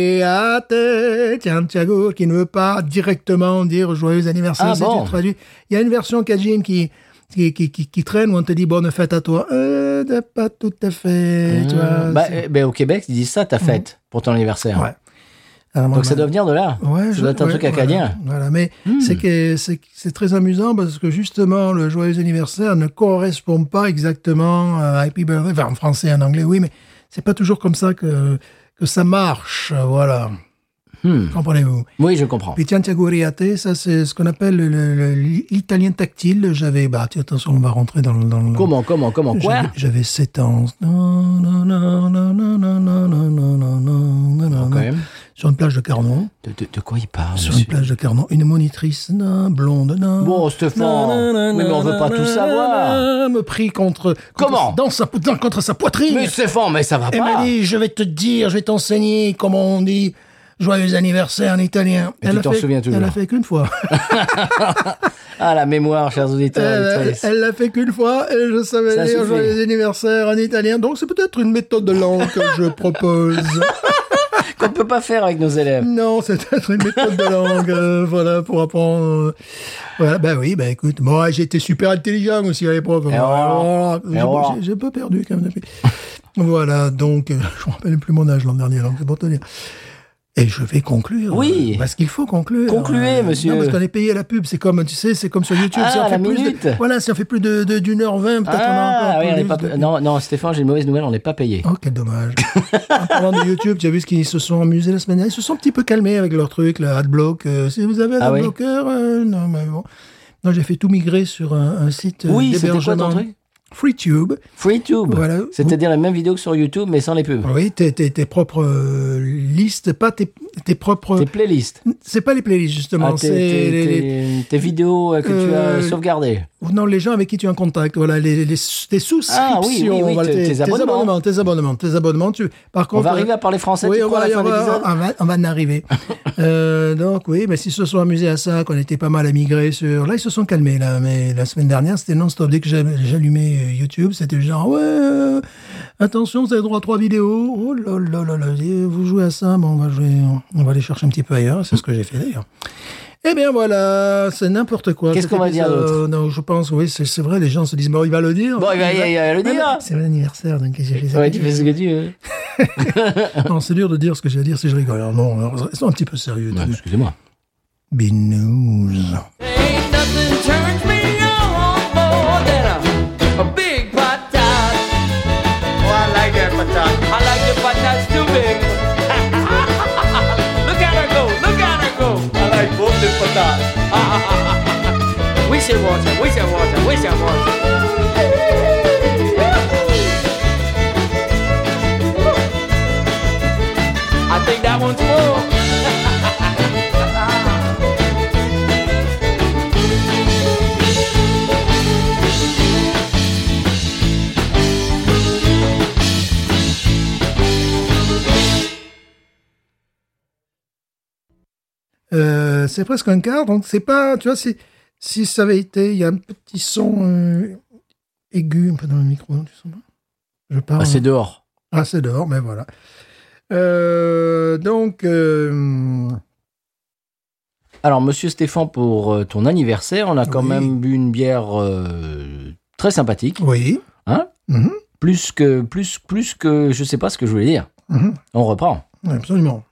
cianciagoreate, cianciagore, qui ne veut pas directement dire joyeux anniversaire. Ah si bon tu traduis. Il y a une version Kajim qui, qui, qui, qui, qui traîne où on te dit bonne fête à toi. Euh, t'as pas tout à fait, tu vois. Bah, c'est- Mm. euh, ben, au Québec, ils disent ça, ta fête, pour ton anniversaire. Ouais. Alors, moi, Donc ça ma- doit venir de là. Ouais, ça je- doit être un ouais, truc voilà, acadien. Hmm. Voilà, mais c'est que c'est c'est très amusant parce que justement le joyeux anniversaire ne correspond pas exactement euh, à Happy Birthday, enfin en français, et en anglais, oui, mais c'est pas toujours comme ça que que ça marche, voilà. Hmm. Comprenez-vous. Oui, je comprends. Puis Tiantiaguriate, ça c'est ce qu'on appelle le- le- l'italien tactile. J'avais, bah tiens, attention, on va rentrer dans le. Dans le Comment, comment, comment, quoi J'avais- J'avais 7 ans. Non, non, non, non, non, non, non, non, non, non, non, non, non. Quand même. Sur une plage de Carnon. De, de- de quoi il parle Sur une monsieur plage de Carnon, une monitrice non, blonde. Non, Bon, Stéphane, oui, mais on veut pas tout savoir. Me pris contre. contre- Comment ah. dans sa, dans- Contre sa poitrine. Mais Stéphane, mais ça va Elle m'a pas. dit, je vais te dire, je vais t'enseigner comment on dit joyeux anniversaire en italien. Mais elle tu a t'en fait- souviens toujours. Elle l'a fait qu'une fois. Ah, la mémoire, chers auditeurs. elle auditrices. elle l'a fait qu'une fois et je savais Ça dire suffit. joyeux anniversaire en italien. Donc c'est peut-être une méthode de langue que je propose. Qu'on peut pas faire avec nos élèves. non, c'est peut-être une méthode de langue, euh, voilà, pour apprendre. euh, Voilà, bah oui, bah écoute, moi j'étais super intelligent aussi à l'époque. Voilà, voilà. voilà. Et J'ai- voilà. j'ai- J'ai pas perdu quand même depuis. voilà, donc euh, je me rappelle plus mon âge l'an dernier, donc c'est pour te dire. Et je vais conclure. Oui. euh, Parce qu'il faut conclure. Concluez, Euh, monsieur. Non, parce qu'on est payé à la pub. C'est comme, tu sais, c'est comme sur YouTube. Ah, si on fait la plus de- minute. voilà, si on fait plus de, de- d'une heure vingt, peut-être on a Ah, encore oui, on plus n'est pas... de- Non, non, Stéphane, j'ai une mauvaise nouvelle, on n'est pas payé. Oh, quel dommage. en parlant de YouTube, tu as vu ce qu'ils se sont amusés la semaine dernière. Ils se sont un petit peu calmés avec leur truc, le adblock. Euh, si vous avez un Ah oui. adblocker, euh, non, mais bon. Non, j'ai fait tout migrer sur un, un site euh, oui, c'était quoi d'hébergement. ton truc FreeTube. FreeTube. Voilà. Oh. C'est-à-dire la même vidéo que sur YouTube, mais sans les pubs. Ah Oui, tes, tes- tes propres euh, listes, pas tes, tes propres... Tes playlists. C'est pas les playlists, justement. Ah, c'est tes, tes- les- les- tes- tes vidéos euh, que Euh, tu as sauvegardées. Non, les gens avec qui tu es en contact, voilà, les, les, tes souscriptions, Ah oui, oui, oui, voilà, tes- tes abonnements. tes abonnements, tes abonnements. Tu, par contre, On va euh, arriver à parler français, oui, tu on crois, va, à la on, fin de va, l'épisode on va- on va en arriver. Euh, donc oui, mais s'ils se sont amusés à ça, qu'on était pas mal à migrer sur, là ils se sont calmés là, mais la semaine dernière c'était non-stop. Dès que j'avais- j'allumais euh, YouTube, c'était genre ouais, euh, attention, vous avez droit à trois vidéos. Oh là là là là, euh, vous jouez à ça, bon on va jouer, on va aller chercher un petit peu ailleurs. C'est ce que j'ai fait d'ailleurs. Eh bien voilà, c'est n'importe quoi. Qu'est-ce Cet qu'on va dire épisode- d'autre Non, je pense, oui, c'est c'est vrai, les gens se disent, bon, il va le dire. Bon, il va- il va- il va le Ah, dire. mais C'est mon anniversaire, donc j'ai fait ça. Ouais, tu fais ce que tu veux. Non, c'est dur de dire ce que j'ai à dire si je rigole. Alors non, alors, restons un petit peu sérieux. Ouais, tout de suite. Excusez-moi. Binouze. Ain't nothing turns me on more than a, a big patat. Oh, I like that patat. I like the patats too big. look at her go, look at her go. I like both the patats. we should watch her, we should watch her, we should watch her. I think that one's full. Euh, c'est presque un quart, donc c'est pas. Tu vois, si, si ça avait été. Il y a un petit son euh, aigu un peu dans le micro, tu sens pas Je parle. Ah, c'est dehors. Ah, c'est dehors, mais voilà. Euh, donc. euh, Alors, monsieur Stéphane, pour euh, ton anniversaire, on a quand Oui. même bu une bière euh, très sympathique. oui. Hein Mhm, Plus que, plus, plus que, je sais pas ce que je voulais dire. mhm, On reprend. Absolument.